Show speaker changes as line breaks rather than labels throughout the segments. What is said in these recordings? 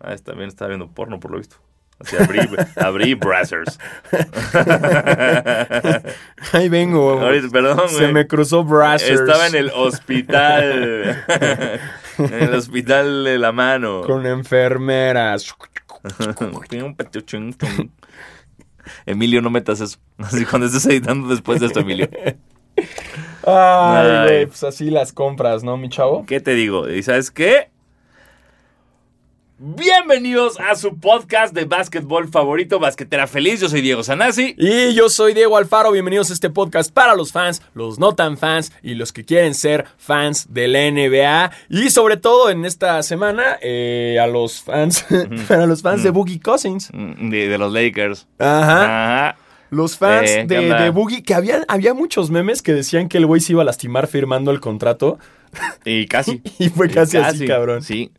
Ah, está bien, estaba viendo porno por lo visto. Así abrí, abrí Brazzers.
Ahí vengo.
Ahorita, perdón,
Se
güey.
me cruzó Brazzers.
Estaba en el hospital. en el hospital de la mano.
Con enfermeras.
Tenía un patio chun, chun. Emilio, no metas eso. Así cuando estés editando después de esto, Emilio.
Ay,
Ay.
güey, pues así las compras, ¿no, mi chavo?
¿Qué te digo? ¿Y sabes qué? Bienvenidos a su podcast de básquetbol favorito, Basquetera Feliz. Yo soy Diego Sanasi.
Y yo soy Diego Alfaro, bienvenidos a este podcast para los fans, los no tan fans y los que quieren ser fans de la NBA. Y sobre todo en esta semana, eh, a los fans, para los fans de Boogie Cousins.
Mm, De, de los Lakers. Ah,
Ajá.
Ajá.
Los fans
Eh, ¿qué
de,
onda?
de Boogie, que había, había muchos memes que decían que el güey se iba a lastimar firmando el contrato.
Y casi.
Y fue casi, así, cabrón.
Sí.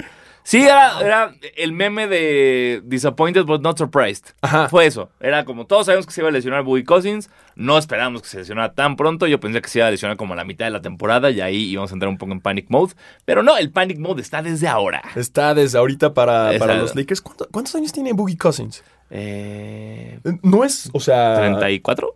Sí, era, era el meme de Disappointed but not surprised.
Ajá.
Fue eso. Era como todos sabemos que se iba a lesionar Boogie Cousins. No esperábamos que se lesionara tan pronto. Yo pensé que se iba a lesionar como a la mitad de la temporada y ahí íbamos a entrar un poco en panic mode. Pero no, el panic mode está desde ahora.
Está desde ahorita para, para
Exacto.
los Lakers. ¿Cuánto- ¿Cuántos años tiene Boogie Cousins?
Eh,
Eh, No es, o sea...
34?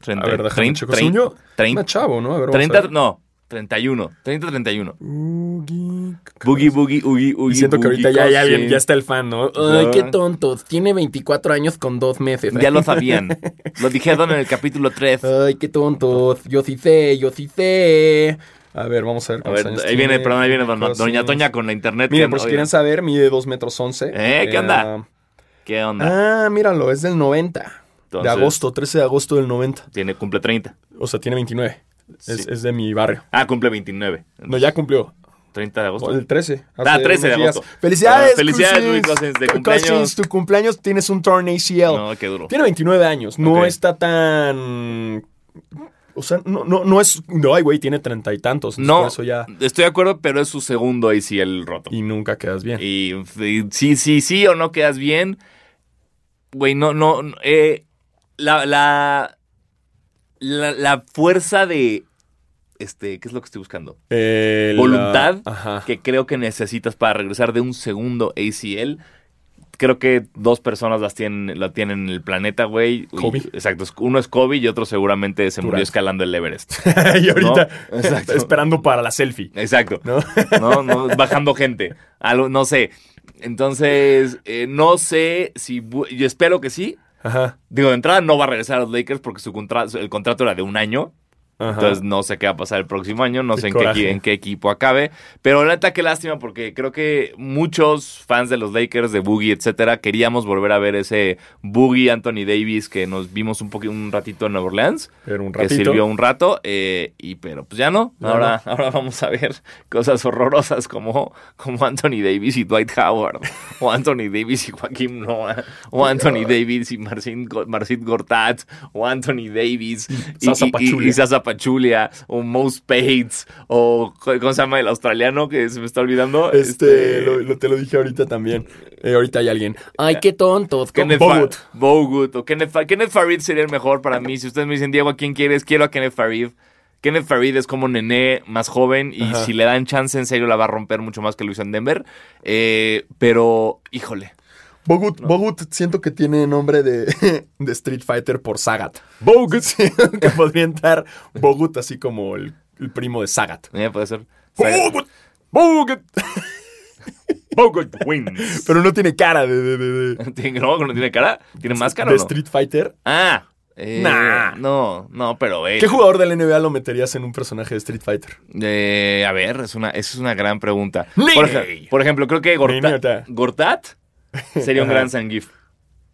30,
A ver, déjame checo. Según yo, una chavo, ¿no? A ver, vamos a
30,
ver.
no, 31, 30, 31.
Boogie...
Boogie, boogie, ugi,
Y
ugi.
siento que
Boogie
ahorita ya, ya,
Cousins.
bien- ya está el fan, ¿no?
Ay, qué
tonto. Tiene 24 años con dos meses. ¿eh?
Ya lo sabían. lo dijeron en el capítulo 3.
Ay, qué tonto. Yo sí sé, yo sí sé. A ver, vamos a ver.
A
cuántos
ver,
años
ahí viene,
tiene.
perdón, ahí viene don-
Cousins.
Doña Toña con la internet.
Miren,
que-
pues, por si
oiga,
pues, quieren saber, mide 2 metros 11.
Eh, ¿qué onda? ¿Qué onda?
Ah, míralo, es del 90.
Entonces-
de agosto, 13 de agosto del 90.
Tiene, cumple 30.
O sea, tiene 29. Es,
Sí.
es de mi barrio.
Ah, cumple 29.
No, ya cumplió.
30 de agosto.
Pues, El 13.
Ah,
hace
13 de
unos días.
agosto.
Felicidades,
Ah, felicidades,
Cousins.
Boogie Cousins, de
Cousins,
cumpleaños.
tu cumpleaños tienes un torn ACL.
No, qué duro.
Tiene 29 años, no
Ok.
está tan... O sea, no, no, no es... No, ay, güey, tiene treinta y tantos. entonces
No,
por eso ya...
estoy de acuerdo, pero es su segundo el roto.
Y nunca quedas bien.
Y, y sí, sí, sí o no quedas bien. Güey, no, no. no, eh, la, la, la, la fuerza de. Este, ¿qué es lo que estoy buscando?
Eh, la-
Voluntad
Ajá.
que creo que necesitas para regresar de un segundo ACL. Creo que dos personas las tienen, la tienen en el planeta, güey. Uy,
Kobe.
Exacto. Uno es Kobe y otro seguramente se murió
Durant.
escalando el Everest.
y ahorita
No, exacto.
esperando para la selfie.
Exacto.
¿No?
¿no? No, bajando gente. Algo, no sé. Entonces, eh, no sé si. bu- Yo espero que sí.
Ajá.
Digo, de entrada no va a regresar a los Lakers porque su contra- su- el contrato era de un año.
ajá.
Entonces, no sé qué va a pasar el próximo año. No
Qué
sé en qué,
coraje.
equi- en qué equipo acabe. Pero la neta, qué lástima porque creo que muchos fans de los Lakers, de Boogie, etcétera, queríamos volver a ver ese Boogie Anthony Davis que nos vimos un, poqu- un ratito en Nueva Orleans
Pero un
que
ratito.
sirvió un rato, eh, y pero pues ya no.
Ya
Ahora, ahora vamos a ver cosas horrorosas como, como Anthony Davis y Dwight Howard, o Anthony Davis y Joaquim Noah, o Anthony Davis y Marcin, Go- Marcin Gortat, o Anthony Davis y
Sasa
y- y-
Pachulia.
y Sasa Pachulia, o Mo Spates, o ¿cómo se llama el australiano que se me está olvidando?
Este, lo, lo- te lo dije ahorita también. Eh, ahorita hay alguien. Ay, qué tontos.
Kenneth Fa-
Bogut.
Bogut o Kenneth, Fa- Kenneth Farid sería el mejor para mí. Si ustedes me dicen, Diego, ¿a quién quieres? Quiero a Kenneth Farid. Kenneth Farid es como nené más joven y
Ajá.
si le dan chance, en serio, la va a romper mucho más que Luis Denver. Eh, pero, híjole.
Bogut, Bogut siento que tiene nombre de, de Street Fighter por Sagat.
Bogut.
Siento que podría entrar Bogut así como el, el primo de Sagat.
Eh, puede ser.
Bogut.
Bogut. Bogut wins.
Pero no tiene cara de, de, de- de-
¿Tiene, no, no tiene cara. ¿Tiene máscara
de
o no?
Street Fighter.
Ah. eh,
Nah.
No, no, pero eh,
¿Qué jugador del NBA lo meterías en un personaje de Street Fighter?
Eh, a ver, es una, esa es una gran pregunta.
Ni-
Por, ej- por ejemplo, creo que Gorta-
Ni nota.
Gortat sería un
Ajá.
gran Sangif.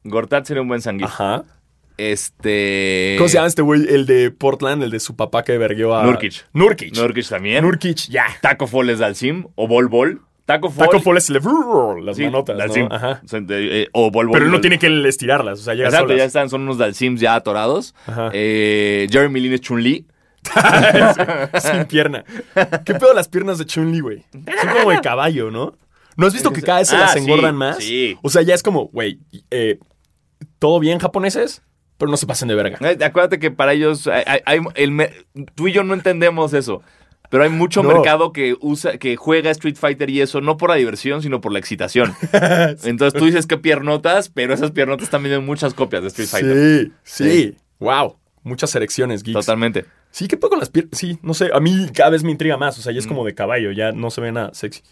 Gortat sería un buen Sangif.
Ajá.
Este.
¿Cómo se llama este güey? El de Portland, el de su papá que vergueó a.
Nurkic.
Nurkic.
Nurkic también.
Nurkic, ya.
Taco Foles Dalsim o Bol Bol. Taco Fall.
Taco Fall es el de- las
Sí,
manotas, ¿no?
Dalsim.
Ajá.
O sea, de- eh, o Bol Bol.
Pero él no
Bol-
tiene que estirarlas, o sea, llega
Exacto,
solas.
ya están, son unos Dalsims ya atorados.
Ajá.
Eh, Jeremy Lin es Chun-Li.
Sin pierna. ¿Qué pedo las piernas de Chun-Li, güey? Son como de caballo, ¿no? ¿No has visto que cada vez se
Ah,
las
sí,
engordan más?
sí.
O sea, ya es como, güey, eh, todo bien japoneses, pero no se pasen de verga.
Ay, Acuérdate que para ellos, hay- hay- hay- el me- tú y yo no entendemos eso. Pero hay mucho
No.
mercado que usa, que juega Street Fighter y eso, no por la diversión, sino por la excitación. Entonces tú dices que piernotas, pero esas piernotas también tienen muchas copias de Street Fighter.
Sí, sí.
Sí.
Wow. Muchas elecciones, geeks.
Totalmente.
Sí, ¿qué puedo con las piernas? Sí, no sé. A mí cada vez me intriga más. O sea, ya
Mm.
es como de caballo. Ya no se ve nada sexy.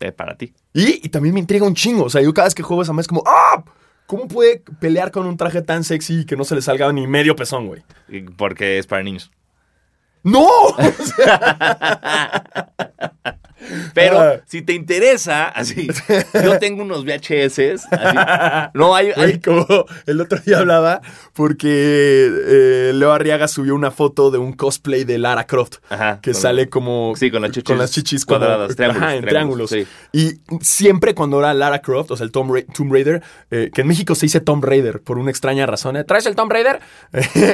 Eh, para ti.
Y, y también me intriga un chingo. O sea, yo cada vez que juego esa madre es como, ¡ah! ¿Cómo puede pelear con un traje tan sexy y que no se le salga ni medio pezón, güey?
Y Porque es para niños.
¡No! O sea,
Pero
Ah.
si te interesa, así, yo tengo unos VHS. así. No, hay, hay-
Güey, como el otro día hablaba porque eh, Leo Arriaga subió una foto de un cosplay de Lara Croft
Ajá.
que
Con-
sale como
sí, con las chichis
chichis como-
cuadradas, triángulos,
ajá, en triángulos,
triángulos,
y siempre cuando era Lara Croft o sea el Tomb, Ra- Tomb Raider eh, que en México se dice Tomb Raider por una extraña razón ¿eh? traes el Tomb Raider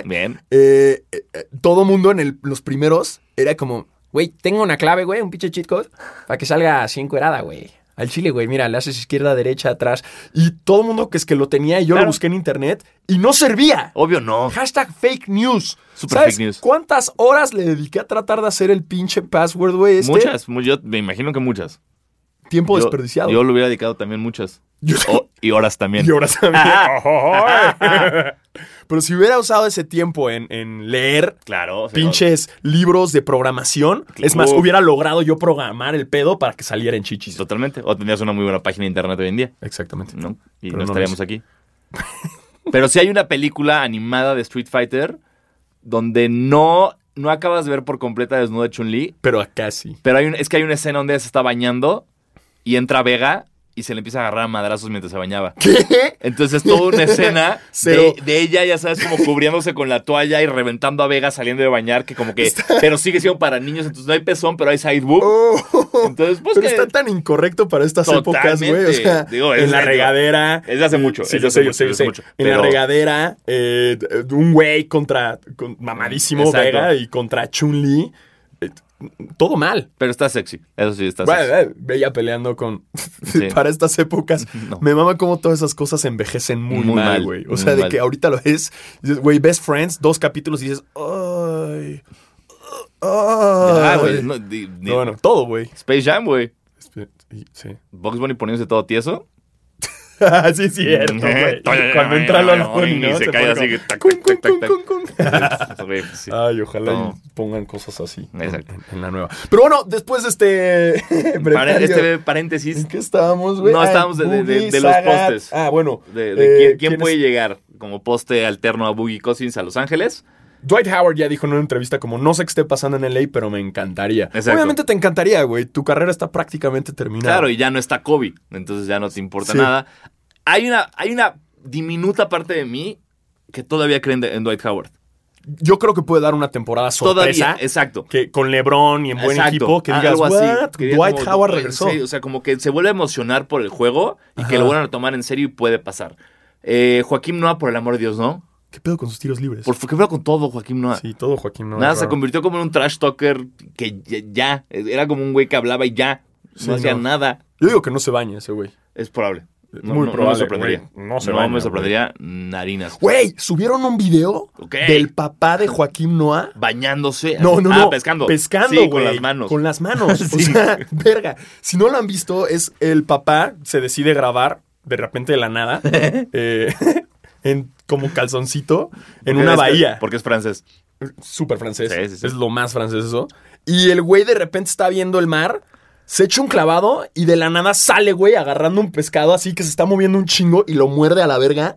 Bien.
Eh, eh, eh, todo mundo en el- los primeros era como, güey, tengo una clave, güey, un pinche cheat code para que salga así encuerada, güey. Al chile, güey, mira, le haces izquierda, derecha, atrás. Y todo el mundo que es que lo tenía y yo lo
Claro.
busqué en internet y no servía.
Obvio no.
Hashtag fake news.
Super
¿Sabes
fake news.
¿Cuántas horas le dediqué a tratar de hacer el pinche password, güey? Este
Muchas, mu- yo me imagino que muchas.
tiempo
Yo-
desperdiciado.
Yo lo hubiera dedicado también muchas.
Yo-
O- y horas también.
Y horas también. Pero si hubiera usado ese tiempo en, en leer
Claro. o sea,
pinches libros de programación. Es más,
Uf.
hubiera logrado yo programar el pedo para que saliera en chichis.
Totalmente. O tendrías una muy buena página de internet hoy en día,
Exactamente.
¿no? Y
Pero
no
no
estaríamos
lo
aquí. Pero sí hay una película animada de Street Fighter donde no, no acabas de ver por completa desnuda a Chun-Li,
Pero acá sí.
Pero hay un- es que hay una escena donde ella se está bañando y entra Vega y se le empieza a agarrar a madrazos mientras se bañaba.
¿Qué?
Entonces, toda una escena
Cero.
de, de ella, ya sabes, como cubriéndose con la toalla y reventando a Vega saliendo de bañar, que como que. Pero sigue siendo para niños, entonces no hay pezón, pero hay side boob. Entonces, pues.
Oh,
que-
pero está tan incorrecto para estas épocas,
Totalmente.
güey. O sea,
Digo,
en
es-
la regadera.
es de hace mucho,
Sí,
es de
yo
hace
sé, yo
mucho,
sé, yo
es de
sé.
mucho.
En
Pero-
la regadera, eh, d- un güey contra con- mamadísimo
Exacto.
Vega y contra Chun-Li. Eh, todo mal.
Pero está sexy. Eso sí, está
Bueno,
sexy.
eh, ella peleando con. Para estas épocas,
No.
me mama cómo todas esas cosas envejecen muy,
Muy
mal,
mal,
güey. O
muy
sea, de
mal.
que ahorita lo es. Güey, Best Friends, dos capítulos y dices, ¡ay! ¡ay!
Ah, güey. no, di- di-
No, bueno, todo, güey.
Space Jam, güey.
Espe- y- Sí.
Box Bunny poniéndose todo tieso.
sí, es cierto, güey.
Toy-
Cuando entra
ay,
la
ay,
Bonnie,
y
¿no?
se
Se
cae
pone
así,
como,
que tac,
"Cum, cum,
tac, tac,
cum,
tac".
cum, cum".
Güey, pues sí.
Ay, ojalá y
No.
pongan cosas así en,
Exacto.
en la nueva. Pero bueno, después de este
Pare-
brevario,
este
¿En
paréntesis
qué estábamos, güey?
No,
Ah, en
estábamos de- de- de-
Boogie,
de los
Sagat.
postes.
Ah, bueno.
de, de
eh,
quién, quién
es?
puede llegar como poste alterno a Boogie Cousins a Los Ángeles.
Dwight Howard ya dijo en una entrevista como no sé qué esté pasando en LA, pero me encantaría.
Exacto.
Obviamente te encantaría, güey. Tu carrera está prácticamente terminada.
Claro, y ya no está Kobe, entonces ya no te importa
Sí.
nada. Hay una, hay una diminuta parte de mí que todavía cree en, en Dwight Howard.
Yo creo que puede dar una temporada sorpresa
Todavía, exacto.
que con LeBron y en buen
Exacto, Ah,
equipo que digas,
algo así.
"What?
Que digas
Dwight
como,
Howard
"Dude,
regresó."
en serio", o sea, como que se vuelve a emocionar por el juego y
Ajá.
que lo vuelvan a tomar en serio y puede pasar. Eh, Joaquín Noah, por el amor de Dios, ¿no?
¿Qué pedo con sus tiros libres?
Por favor, ¿qué pedo con todo, Joaquín Noah?
Sí, todo Joaquín no.
Nada, se convirtió como en un trash talker que ya, ya, era como un güey que hablaba y ya,
Sí,
no hacía
no.
nada.
Yo digo que no se baña ese güey.
Es probable. No,
Muy
no-
probable,
No me sorprendería.
güey. No se
no
baña,
me sorprendería narinas.
Güey, subieron un video
Ok.
del papá de Joaquín Noah
Bañándose.
No, no,
Ah,
no.
pescando.
Pescando,
Sí, con
güey.
las manos.
Con las manos. O
Sí.
sea, verga. Si no lo han visto, es el papá se decide grabar de repente de la nada. eh, en como calzoncito en
Porque
una
es-
bahía.
Porque es francés.
Súper francés.
Sí, sí, sí.
Es lo más francés eso. Y el güey de repente está viendo el mar. Se echa un clavado y de la nada sale, güey, agarrando un pescado así que se está moviendo un chingo y lo muerde a la verga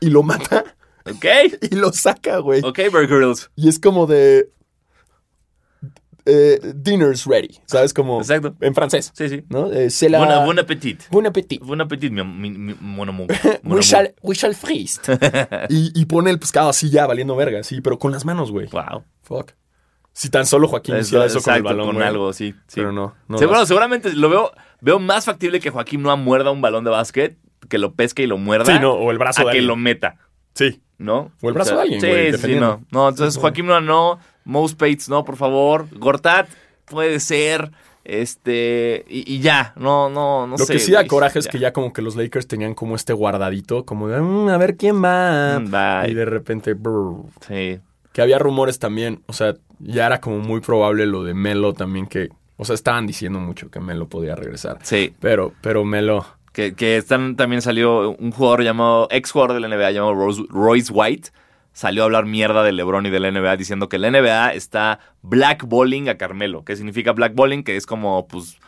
y lo mata
Ok.
y lo saca, güey.
Ok, Bear Grylls.
Y es como de. eh, dinner's ready, ¿sabes? Como.
Exacto.
En francés.
Sí, sí.
¿No? Eh, c'est la-
Buena- Buen apetito.
Bon appétit.
Buen apetito, mi, mi, mi- mon amour. Mon
We
amour.
shall, we shall feast. y, y pone el pescado así ya, valiendo verga, sí, pero con las manos, güey.
Wow.
Fuck. Si tan solo Joaquín
Es-
hiciera eso con el
exacto,
balón. güey.
algo, sí. sí.
Pero no. no
Seguro-
las-
seguramente lo veo, veo más factible que Joaquín no muerda un balón de básquet, que lo pesque y lo muerda.
Sí, no, o el brazo
a
de
que
alguien.
lo meta.
Sí.
¿no?
O el brazo de alguien,
Sí,
güey,
sí,
defendiendo.
no. No, entonces Joaquín Noa no, Mouse Pates no, por favor. Gortat puede ser, este, y, y ya, no, no, no
Lo
sé.
que sí da
güey,
coraje es que ya como que los Lakers tenían como este guardadito, como de, "Mm, a ver quién va.
Mm, bye.
Y de repente, brr.
Sí.
que había rumores también, o sea, ya era como muy probable lo de Melo también que, o sea, estaban diciendo mucho que Melo podía regresar.
Sí.
Pero, pero Melo,
Que, que están- también salió un jugador llamado, ex jugador de la NBA llamado Rose- Royce White, salió a hablar mierda de LeBron y de la NBA diciendo que la NBA está blackballing a Carmelo. ¿Qué significa blackballing? Que es como, pues,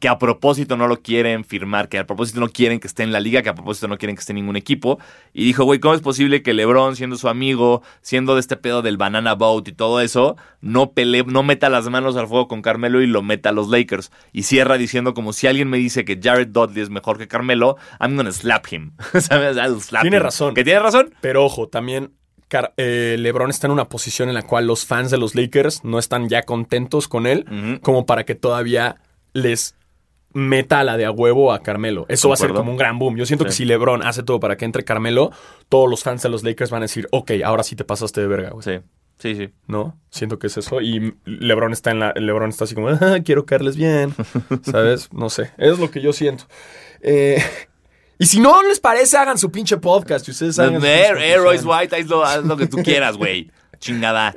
que a propósito no lo quieren firmar, que a propósito no quieren que esté en la liga, que a propósito no quieren que esté en ningún equipo. Y dijo, güey, ¿cómo es posible que LeBron, siendo su amigo, siendo de este pedo del banana boat y todo eso, no, pele no meta las manos al fuego con Carmelo y lo meta a los Lakers? Y cierra diciendo como si alguien me dice que Jared Dudley es mejor que Carmelo, I'm gonna slap him. ¿Sabes? I'll slap
Tiene
him.
razón.
Que tiene razón.
pero ojo, también Car- eh, LeBron está en una posición en la cual los fans de los Lakers no están ya contentos con él,
Ujú.
como para que todavía les meta la de a huevo a Carmelo. Eso va a ser
Concuerdo.
como un gran boom. Yo siento que
Sí.
si LeBron hace todo para que entre Carmelo, todos los fans de los Lakers van a decir, ok, ahora sí te pasaste de verga, güey.
Sí, sí, sí.
¿no? Siento que es eso. Y LeBron está en la. LeBron está así como, "Ah, quiero caerles bien. ¿Sabes? No sé. Es lo que yo siento. Eh, y si no les parece, hagan su pinche podcast. y Ustedes hagan su
Eh,
pinche
eh, Royce
podcast.
White, haz lo, haz lo que tú quieras, güey. Chingada.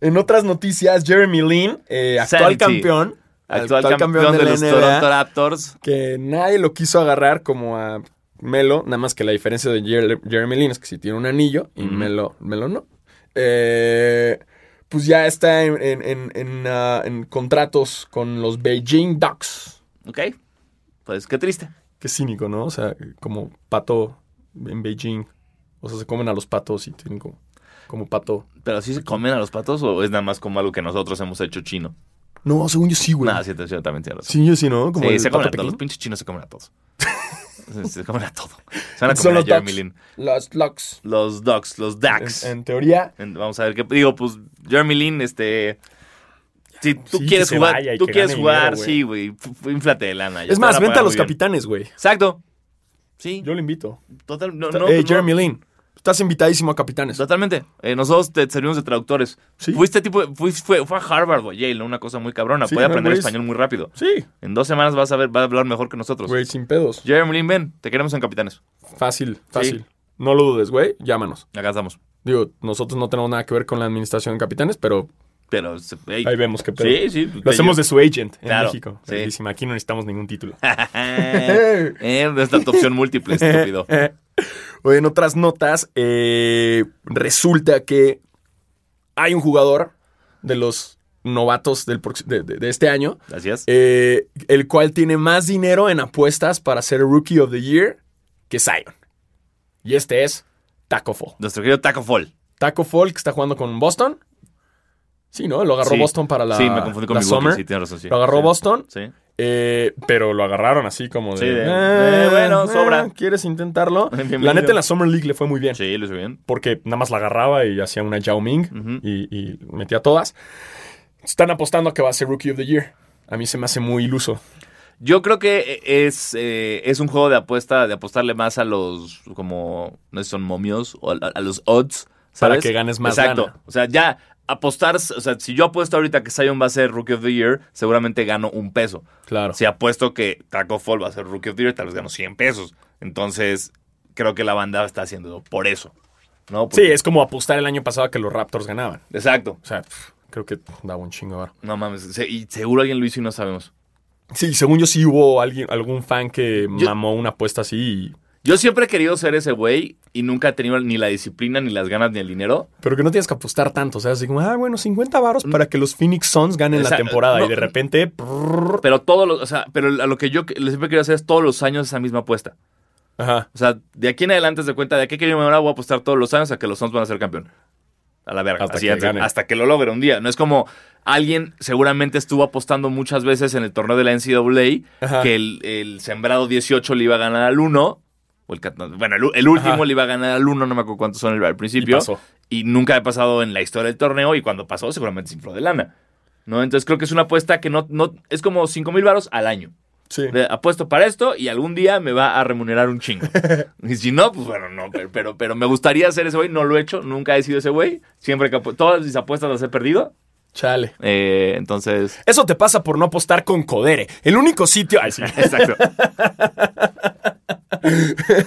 En otras noticias, Jeremy Lin, eh, actual
Sanity.
campeón.
Actual, campeón, de,
la
los
NBA,
Toronto Raptors.
Que nadie lo quiso agarrar como a Melo. Nada más que la diferencia de Jer- Jeremy Lin es que si tiene un anillo y
Ujú.
Melo, Melo no. Eh, pues ya está en, en- en- en, ah, en contratos con los Beijing Ducks.
Ok. Pues qué triste.
Qué cínico, ¿no? O sea, como pato en Beijing. O sea, se comen a los patos y tienen como, como pato.
¿Pero sí se comen a los patos o es nada más como algo que nosotros hemos hecho chino?
No, según yo sí, güey.
Nada, sí, te- yo también tiene razón.
sí, yo sí, ¿no? Como
Sí,
el
se comen a
pato
todos. Los
Pekín.
pinches chinos se comen a todos. se, se comen a todo. Se van a
Son
comer a
los
Jeremy
ducks.
Lin.
Los ducks.
Los Ducks, los Ducks.
En- en teoría,
En- Vamos a ver qué. Digo, pues Jeremy Lin, este. Si tú
Sí, que
quieres
se
jugar,
vaya y
tú
que
quieres
gane
jugar,
dinero,
sí, güey. f- f- Inflate de lana. ya
Es
te
más,
van
vente a
pagar
los
muy bien.
capitanes, güey.
Exacto. Sí,
Yo lo invito.
total, no, no, pues
Eh,
no.
Jeremy Lin, estás invitadísimo a capitanes.
Totalmente. Eh, nosotros te servimos de traductores.
Sí.
Fuiste tipo, fui- fue, fue a Harvard o Yale, una cosa muy cabrona.
Sí,
Puede
no,
aprender
güey.
español muy rápido.
Sí,
En dos semanas vas a ver, vas a hablar mejor que nosotros.
güey, sin pedos.
Jeremy Lin, ven, te queremos en Capitanes.
Fácil, fácil. No lo dudes, güey, llámanos.
Acá estamos.
Digo, nosotros no tenemos nada que ver con la administración de capitanes, pero
Pero, se- ey.
ahí vemos qué pedo.
sí, sí. pues,
Lo hacemos de su agent en
Claro,
México.
sí.
Verguísima, Aquí no necesitamos ningún título.
eh, no es tanta opción múltiple, estúpido.
Oye, en otras notas, eh, resulta que hay un jugador de los novatos del prox- de- de- de este año
Así es.
eh, el cual tiene más dinero en apuestas para ser Rookie of the Year que Zion. Y este es Taco Fall.
Nuestro querido Taco Fall.
Taco Fall que está jugando con Boston. Sí, ¿no? Lo agarró
Sí.
Boston para la
sí, me confundí con
la
mi
Summer.
Sí, tienes razón. Sí.
Lo agarró
Sí.
Boston,
Sí.
eh, pero lo agarraron así como de...
Sí, de, eh, bueno, sobra.
¿Quieres intentarlo?
Bienvenido.
La neta en la Summer League le fue muy bien.
Sí, lo hizo bien.
Porque nada más la agarraba y hacía una Yao Ming
Ujú.
y, y metía todas. Están apostando a que va a ser Rookie of the Year. A mí se me hace muy iluso.
Yo creo que es, eh, es un juego de apuesta, de apostarle más a los, como, no sé si son momios, o a, a los odds. ¿sabes?
Para que ganes más
Exacto.
lana.
O sea, ya apostar, o sea, si yo apuesto ahorita que Zion va a ser Rookie of the Year, seguramente gano un peso.
Claro.
Si apuesto que Taco Fall va a ser Rookie of the Year, tal vez gano 100 pesos. Entonces, creo que la banda está haciendo por eso. ¿no?
Sí,
Porque-
es como apostar el año pasado a que los Raptors ganaban.
Exacto.
O sea, pf, creo que daba un chingo ahora.
No mames. se- y seguro alguien lo hizo y no sabemos.
Sí, según yo sí hubo alguien, algún fan que
Yo-
mamó una apuesta así, y-
Yo siempre he querido ser ese güey y nunca he tenido ni la disciplina, ni las ganas, ni el dinero.
pero que no tienes que apostar tanto. O sea, así como, ah, bueno, 50 varos para que los Phoenix Suns ganen
Esa-
la temporada.
no.
y de repente, prrr,
Pero todos los, o sea, pero a lo que yo que- siempre quiero hacer es todos los años esa misma apuesta.
ajá.
O sea, de aquí en adelante se cuenta de aquí que yo me ahora voy a apostar todos los años a que los Suns van a ser campeón. A la verga.
Hasta
Así,
que
hasta,
gane.
hasta que lo logre un día. No es como alguien seguramente estuvo apostando muchas veces en el torneo de la NCAA
Ajá.
que el, el sembrado 18 le iba a ganar al 1. O el, cat- no, bueno, el, el último
Ajá.
le iba a ganar al 1, no me acuerdo cuántos son el- al
Y
principio.
pasó.
Y nunca ha pasado en la historia del torneo. Y cuando pasó, seguramente se infló de lana. ¿No? Entonces creo que es una apuesta que no, no es como 5 mil varos al año.
Sí.
Le apuesto para esto y algún día me va a remunerar un chingo. Y si no, pues bueno, no, pero, pero, pero me gustaría ser ese güey, no lo he hecho, nunca he sido ese güey. Siempre que apu- todas mis apuestas las he perdido.
Chale.
Eh, entonces.
Eso te pasa por no apostar con Codere. El único sitio... Ay, sí.
Exacto.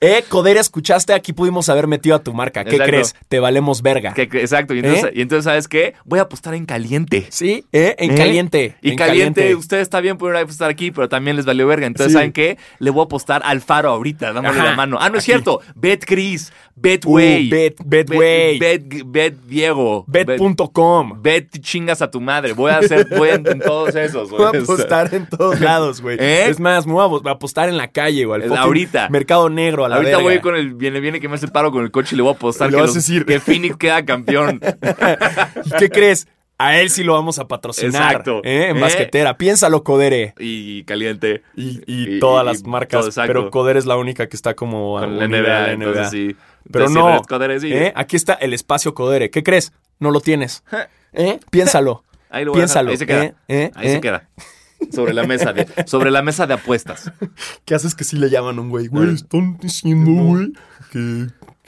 eh, Coder, escuchaste, aquí pudimos haber metido a tu marca. ¿Qué
Exacto.
crees? Te valemos verga.
Que- que- exacto. Y entonces,
¿Eh?
y entonces, ¿sabes qué? Voy a apostar en caliente.
Sí, eh, en
¿Eh?
caliente.
Y
en
caliente, usted está bien por estar aquí, pero también les valió verga. Entonces,
Sí.
¿saben qué? Le voy a apostar al faro ahorita, dándole
Ajá,
la mano. Ah, no es
aquí.
cierto. Bet Cris, Bet
Uh,
Way.
Bet- Betway.
Bet, Bet Diego.
Bet.com.
Bet chingas a tu madre. Voy a hacer, voy en, en todos esos. güey.
Voy a apostar en todos lados, güey.
¿Eh?
Es más, me voy a ap- a apostar en la calle, güey. al
Es
fucking
ahorita.
Mercado negro, a la
Ahorita
verga.
voy con el viene, viene que me hace el paro con el coche y le voy a apostar
Le
que,
vas
los-
a decir.
que Phoenix queda campeón.
¿Y qué crees? A él sí lo vamos a patrocinar.
Exacto.
¿eh? En
¿Eh?
basquetera. Piénsalo, Codere.
y caliente.
Y, y todas
y-
las
y
marcas.
todo, exacto.
pero Codere es la única que está como a
Con
un
la
nivel
NBA,
de la NBA.
entonces sí.
Pero
Entonces, si
no.
eres Codere, sí.
¿eh? Aquí está el espacio Codere. ¿Qué crees? No lo tienes. ¿Eh? Piénsalo.
Ahí lo voy a dejar.
Piénsalo.
Ahí se queda.
¿eh? ¿eh?
Ahí se
¿eh?
queda. Sobre la mesa de, sobre la mesa de apuestas.
¿Qué haces que sí le llaman a un güey?
Güey,
están diciendo, güey, que,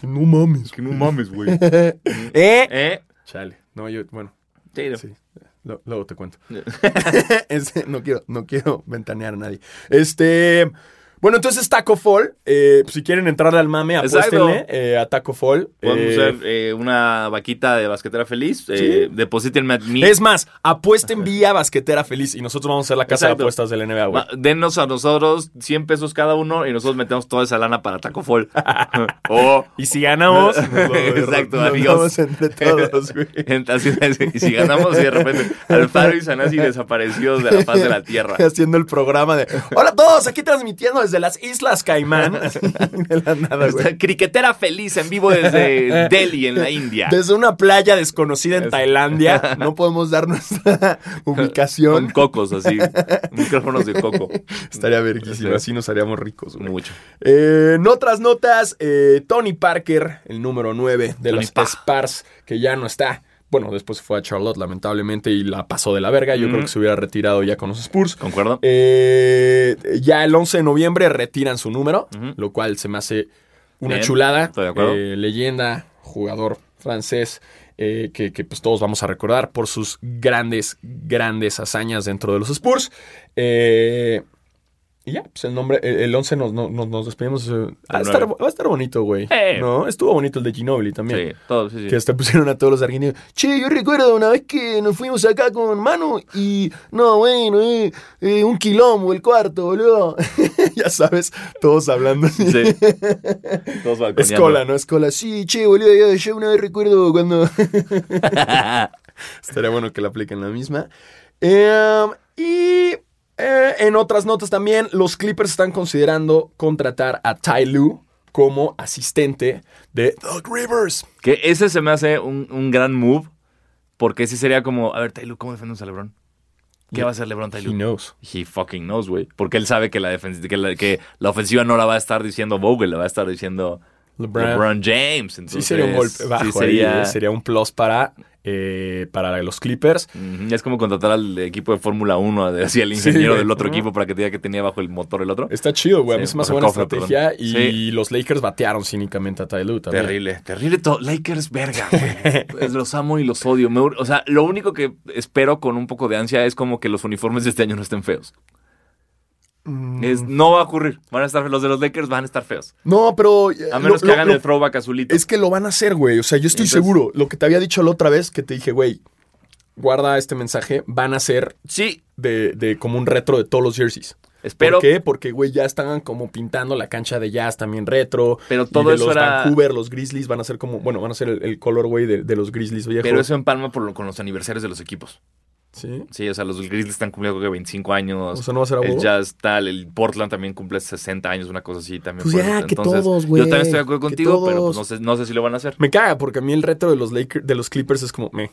no mames.
Que no mames, güey.
¿Eh?
¿Eh?
Chale. No, yo, bueno,
Sí, no.
sí. Lo- Luego te cuento. Este, no, quiero, no quiero ventanear a nadie. Este. Bueno, entonces Taco Fall. eh, si quieren entrarle al mame,
Exacto.
apuéstenle eh, a Taco Fall.
Podemos
eh,
usar eh, una vaquita de basquetera feliz. Eh, Deposítenme a mí.
Es más, apuesten vía basquetera feliz y nosotros vamos a ser la casa de
Exacto.
apuestas del NBA, güey.
Va- Denos a nosotros 100 pesos cada uno y nosotros metemos toda esa lana para Taco Fall. o
Y si ganamos, nos lo-
Exacto,
nos
amigos.
vamos entre todos, güey.
Así es, y si ganamos y de repente Alfaro y Sanasi desaparecidos de la faz de la tierra.
haciendo el programa de Hola a todos, aquí transmitiendo desde las Islas Caimán. Así, de la nada, güey.
Criquetera feliz en vivo desde Delhi, en la India.
Desde una playa desconocida en Tailandia, no podemos dar nuestra
Con
ubicación.
cocos así, micrófonos de coco.
Estaría verguísimo,
Sí.
así nos haríamos ricos. güey.
Mucho.
Eh, en otras notas, eh, Tony Parker, el número 9 de
Tony
los
Pa.
Spars, que ya no está. Bueno, después fue a Charlotte, lamentablemente, y la pasó de la verga. Yo
Mm.
creo que se hubiera retirado ya con los Spurs.
¿Concuerdo?
Eh, ya el 11 de noviembre retiran su número,
Ujú.
lo cual se me hace una
Bien,
chulada.
estoy de acuerdo.
Eh, leyenda, jugador francés, eh, que, que, pues todos vamos a recordar por sus grandes, grandes hazañas dentro de los Spurs. Eh, y ya, pues el nombre, el, el 11 nos, no- nos, nos despedimos. eh, va, a
El
estar,
nueve.
va a estar bonito, güey.
Eh.
¿No? Estuvo bonito el de Ginobili también.
Sí, todo, sí,
Que
sí.
hasta pusieron a todos los argentinos. Che, yo recuerdo una vez que nos fuimos acá con Manu y. No, bueno, eh, eh, un quilombo el cuarto, boludo. ya sabes, todos hablando así.
Sí. Todos balconeando.
Escola, ¿no? Escola. Sí, che, boludo, yo, yo una vez recuerdo cuando. Ah, Estaría bueno que la apliquen la misma. Em, y eh, en otras notas también, los Clippers están considerando contratar a Ty Lue como asistente de Doug Rivers.
Que ese se me hace un, un gran move, porque sí sería como, a ver, Tailu, ¿cómo defendemos a LeBron? ¿Qué
Yeah.
va a hacer LeBron Tailu?
He knows.
He fucking knows, güey. Porque él sabe que la, defen- que la, que la ofensiva no la va a estar diciendo Vogel, la va a estar diciendo LeBron, James.
Sí
Entonces,
sería un golpe bajo
sí
ahí,
sería-
¿eh? sería un plus para, eh, para los Clippers.
Ujú, Es como contratar al equipo de Fórmula 1, así al
Sí,
ingeniero
güey.
del otro
Ujú.
equipo para que te diga que tenía bajo el motor el otro.
Está chido, güey. A mí
Sí,
se me hace
Mark
buena
Coffey,
estrategia.
perdón.
Y
Sí.
los Lakers batearon cínicamente a Ty Lue también.
Terrible, terrible todo. Lakers, verga. güey. Pues los amo y los odio. Me ur- o sea, lo único que espero con un poco de ansia es como que los uniformes de este año no estén feos.
Mm,
Es- no va a ocurrir. Van a estar feos. Los de los Lakers van a estar feos.
No, pero... eh,
A menos
lo-
que
lo-
hagan
lo-
el throwback azulito.
Es que lo van a hacer, güey. O sea, yo estoy
Entonces-
seguro. Lo que te había dicho la otra vez, que te dije, güey, guarda este mensaje, van a ser
Sí,
de, de como un retro de todos los jerseys.
espero.
¿Por qué? Porque, güey, ya están como pintando la cancha de jazz también retro.
Pero
Y
todo
de
eso
los
era-
Vancouver, los Grizzlies van a ser como. Bueno, van a ser el, el color, güey, de, de los Grizzlies viejos.
Pero eso empalma por lo- con los aniversarios de los equipos.
Sí.
Sí, o sea, los Grizzlies están cumpliendo creo que 25 años.
O sea, no va a ser a
el
huevo.
Jazz tal, el Portland también cumple 60 años, una cosa así también.
Pues
por
ya,
eso.
que todos, güey,
Yo también estoy de acuerdo
que
contigo, pero pues,
todos.
no, sé, no sé si lo van a hacer.
Me caga, porque a mí el retro de los Lakers, de los Clippers es como. Me.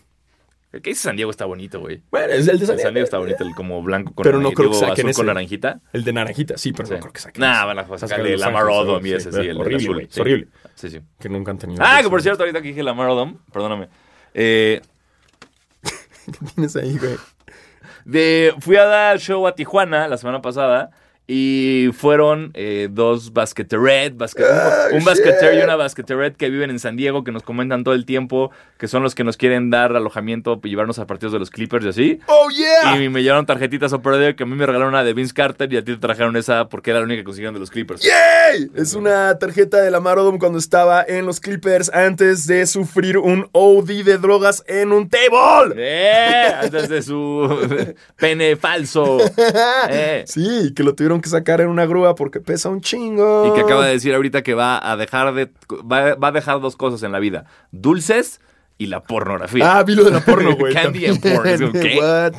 ¿Qué dice San Diego? Está bonito, güey.
Bueno, es el de
El
San
San Diego
Diego.
está bonito, el como blanco con
eh, Pero no
naranjita,
creo que
digo,
saquen
azul
ese.
con naranjita.
El de naranjita, sí, pero
Sí.
no creo que saquen.
Nah,
ese.
van a
Sacan
sacar el
Los
Lamar
Ángeles,
Odom y
sí,
ese, sí, el
horrible,
azul.
güey,
sí.
horrible.
Sí, sí.
Que nunca han tenido.
Ah, que
eso.
por cierto, ahorita que dije Lamar Odom, perdóname. Eh,
Tienes ahí, güey.
de, fui a dar show a Tijuana la semana pasada Y fueron eh, dos basqueteret, basquet- un
Ah, shit.
basqueter y una basqueteret que viven en San Diego, que nos comentan todo el tiempo, que son los que nos quieren dar alojamiento y llevarnos a partidos de los Clippers y así.
¡Oh, yeah!
Y me llevaron tarjetitas a que a mí me regalaron una de Vince Carter y a ti te trajeron esa porque era la única que consiguieron de los Clippers.
¡Yay! Es una tarjeta de la Marodom cuando estaba en los Clippers antes de sufrir un OD de drogas en un table.
¡Eh! Antes de su pene falso. Eh.
Sí, que lo tuvieron que sacar en una grúa porque pesa un chingo.
Y que acaba de decir ahorita que va a dejar de va, va a dejar dos cosas en la vida: dulces y la pornografía.
Ah, vi lo de la porno, güey.
Candy and porn. Es como, ¿qué?
What?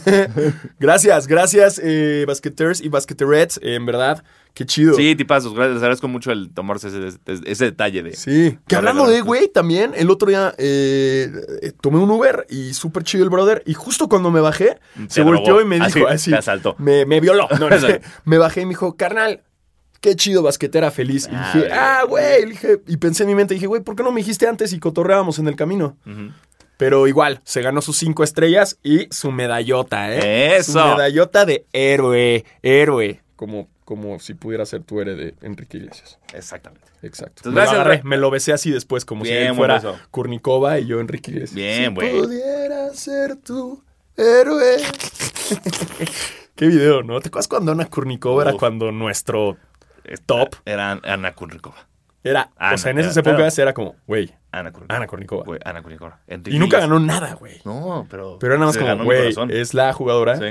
gracias, gracias, eh, basqueters y basqueterets, eh, en verdad. Qué chido.
Sí, tipazos, gracias. Les agradezco mucho el tomarse ese, ese- ese detalle de.
Sí. Que
La
hablando
verdad.
de, güey, también el otro día eh, eh, tomé un Uber y súper chido el brother. Y justo cuando me bajé, se
drogó.
volteó y me dijo
Así,
así.
te asaltó.
Me, me violó. No, no,
Exacto.
me bajé y me dijo, carnal, qué chido basquetera feliz. Y
Ah,
dije,
güey.
ah, güey. Y dije- Y pensé en mi mente, dije, güey, ¿por qué no me dijiste antes y cotorreábamos en el camino?
Ujú.
Pero igual, se ganó sus cinco estrellas y su medallota, ¿eh?
¡Eso!
Su medallota de héroe, héroe. Como, como si pudiera ser tu héroe de Enrique Iglesias.
Exactamente.
Exacto.
Entonces,
me,
gracias,
lo agarré,
Ra-
me lo besé así después, como si
Bien,
él fuera
buen beso.
Kurnikova y yo Enrique Iglesias.
Bien,
Si
güey.
pudiera ser tu héroe. Qué video, ¿no? ¿Te acuerdas cuando Ana Kurnikova era
Uf.
cuando nuestro top
Era Ana Kurnikova.
era? o
Ana,
sea, en esas
era-
épocas era como, güey,
Ana Kurnikova.
Ana Kurnikova.
Güey, Ana Kurnikova. Enrique
Y nunca
Iglesias.
ganó nada, güey.
No, pero.
Pero era nada más
se
como,
ganó mi
güey,
corazón.
es la jugadora.
Sí,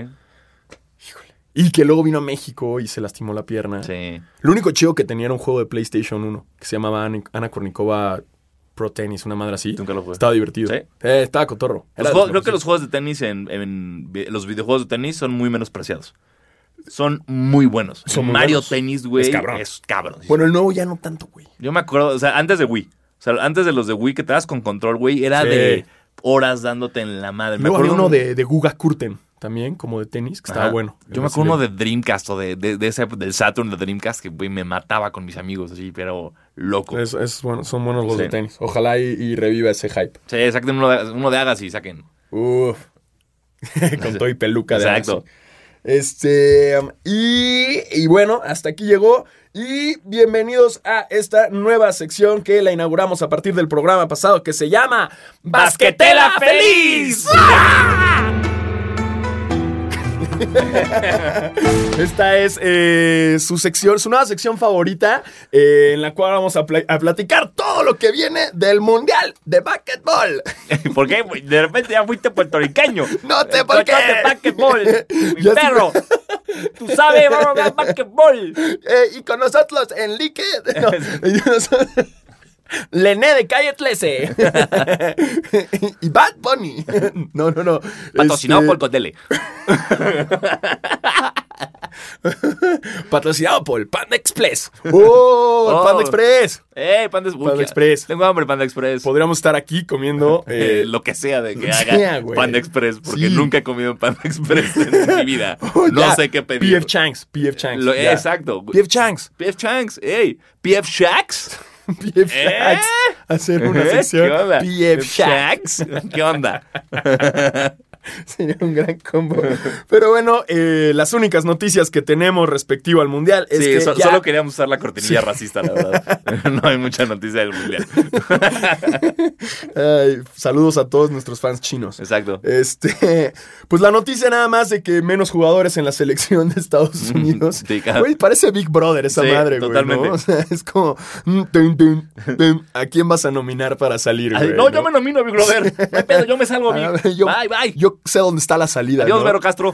Y que luego vino a México y se lastimó la pierna.
sí.
Lo único chido que tenía era un juego de PlayStation 1 que se llamaba Ana Ana Kournikova Pro Tennis, una madre así.
Nunca lo jugué.
Estaba divertido.
¿Sí?
Eh, estaba cotorro.
Los
Era
juegos-
de
creo que
mejorcitos.
los juegos de tenis en, en vi- los videojuegos de tenis son muy menospreciados. Son muy buenos.
Son muy
Mario
buenos.
Tennis, güey,
Es
es
cabrón.
cabrón.
Bueno, el nuevo ya no tanto, güey.
Yo me acuerdo, o sea, antes de Wii, o sea, antes de los de Wii que te das con control, güey, era
Sí.
de horas dándote en la madre. Me
Luego había
acuerdo
uno
un-
de, de Guga Kurten también, como de tenis, que estaba
Ajá.
bueno.
Yo me acuerdo uno de Dreamcast o de, de, de ese, del Saturn de Dreamcast que, güey, me mataba con mis amigos así, pero loco.
Es, es bueno, son buenos los
Sí.
de tenis. Ojalá y, y reviva ese hype.
Sí, saquen uno de, uno de Agassi, saquen.
Uf. Con todo y peluca de
Exacto.
Ajax. Este, um, y, y bueno, hasta aquí llegó. Y bienvenidos a esta nueva sección que la inauguramos a partir del programa pasado que se llama Basquetela Feliz. Esta es eh, su sección, su nueva sección favorita, eh, en la cual vamos a, pla- a platicar todo lo que viene del Mundial de Básquetbol.
¿Por qué? güey? De repente ya fuiste puertorriqueño.
No sé por qué.
Encontraste Eh, basquetbol. Mi
Ya sé.
perro. Tú sabes, vamos a hablar basquetbol.
Eh, y con nosotros, Enrique. no, y nosotros- Lené de calle 13. y Bad Bunny. No, no, no.
Patrocinado
Este,
por Cotele.
patrocinado por Panda Express. ¡Oh!
Oh.
Panda Express.
¡Eh, Panda, Uy,
Panda
qué-
Express.
Tengo hambre, Panda Express.
Podríamos estar aquí comiendo.
Eh,
eh,
lo que sea de que
lo que
haga
sea, güey.
Panda Express, porque
Sí.
nunca he comido Panda Express en mi vida.
oh,
no
ya.
sé qué pedir.
PF Changs. PF Changs.
Eh, Lo-
ya.
Exacto.
PF Changs.
PF Changs, ey. PF Shacks.
PF
¿Eh?
Changs. Hacer una
¿Eh?
sección.
¿Qué onda?
PF Changs.
¿Qué onda?
Sería un gran combo. Pero bueno, eh, las únicas noticias que tenemos respectivo al mundial es
sí,
que
so-
ya-
solo queríamos usar la cortinilla
Sí.
racista, la verdad. no hay mucha noticia del mundial.
Ay, saludos a todos nuestros fans chinos.
Exacto.
Este, pues la noticia nada más de que menos jugadores en la selección de Estados Unidos.
sí, claro.
Güey, parece Big Brother esa
Sí,
madre, güey.
totalmente.
¿no? O sea, es como mm, tun, tun, tun. ¿a quién vas a nominar para salir,
Así,
güey?
no, yo me nomino, Big Brother. No hay pedo, yo me salgo,
A
Big.
ver, yo-
Bye, bye.
Yo sé dónde está la salida.
Adiós,
¿no?
Vero Castro.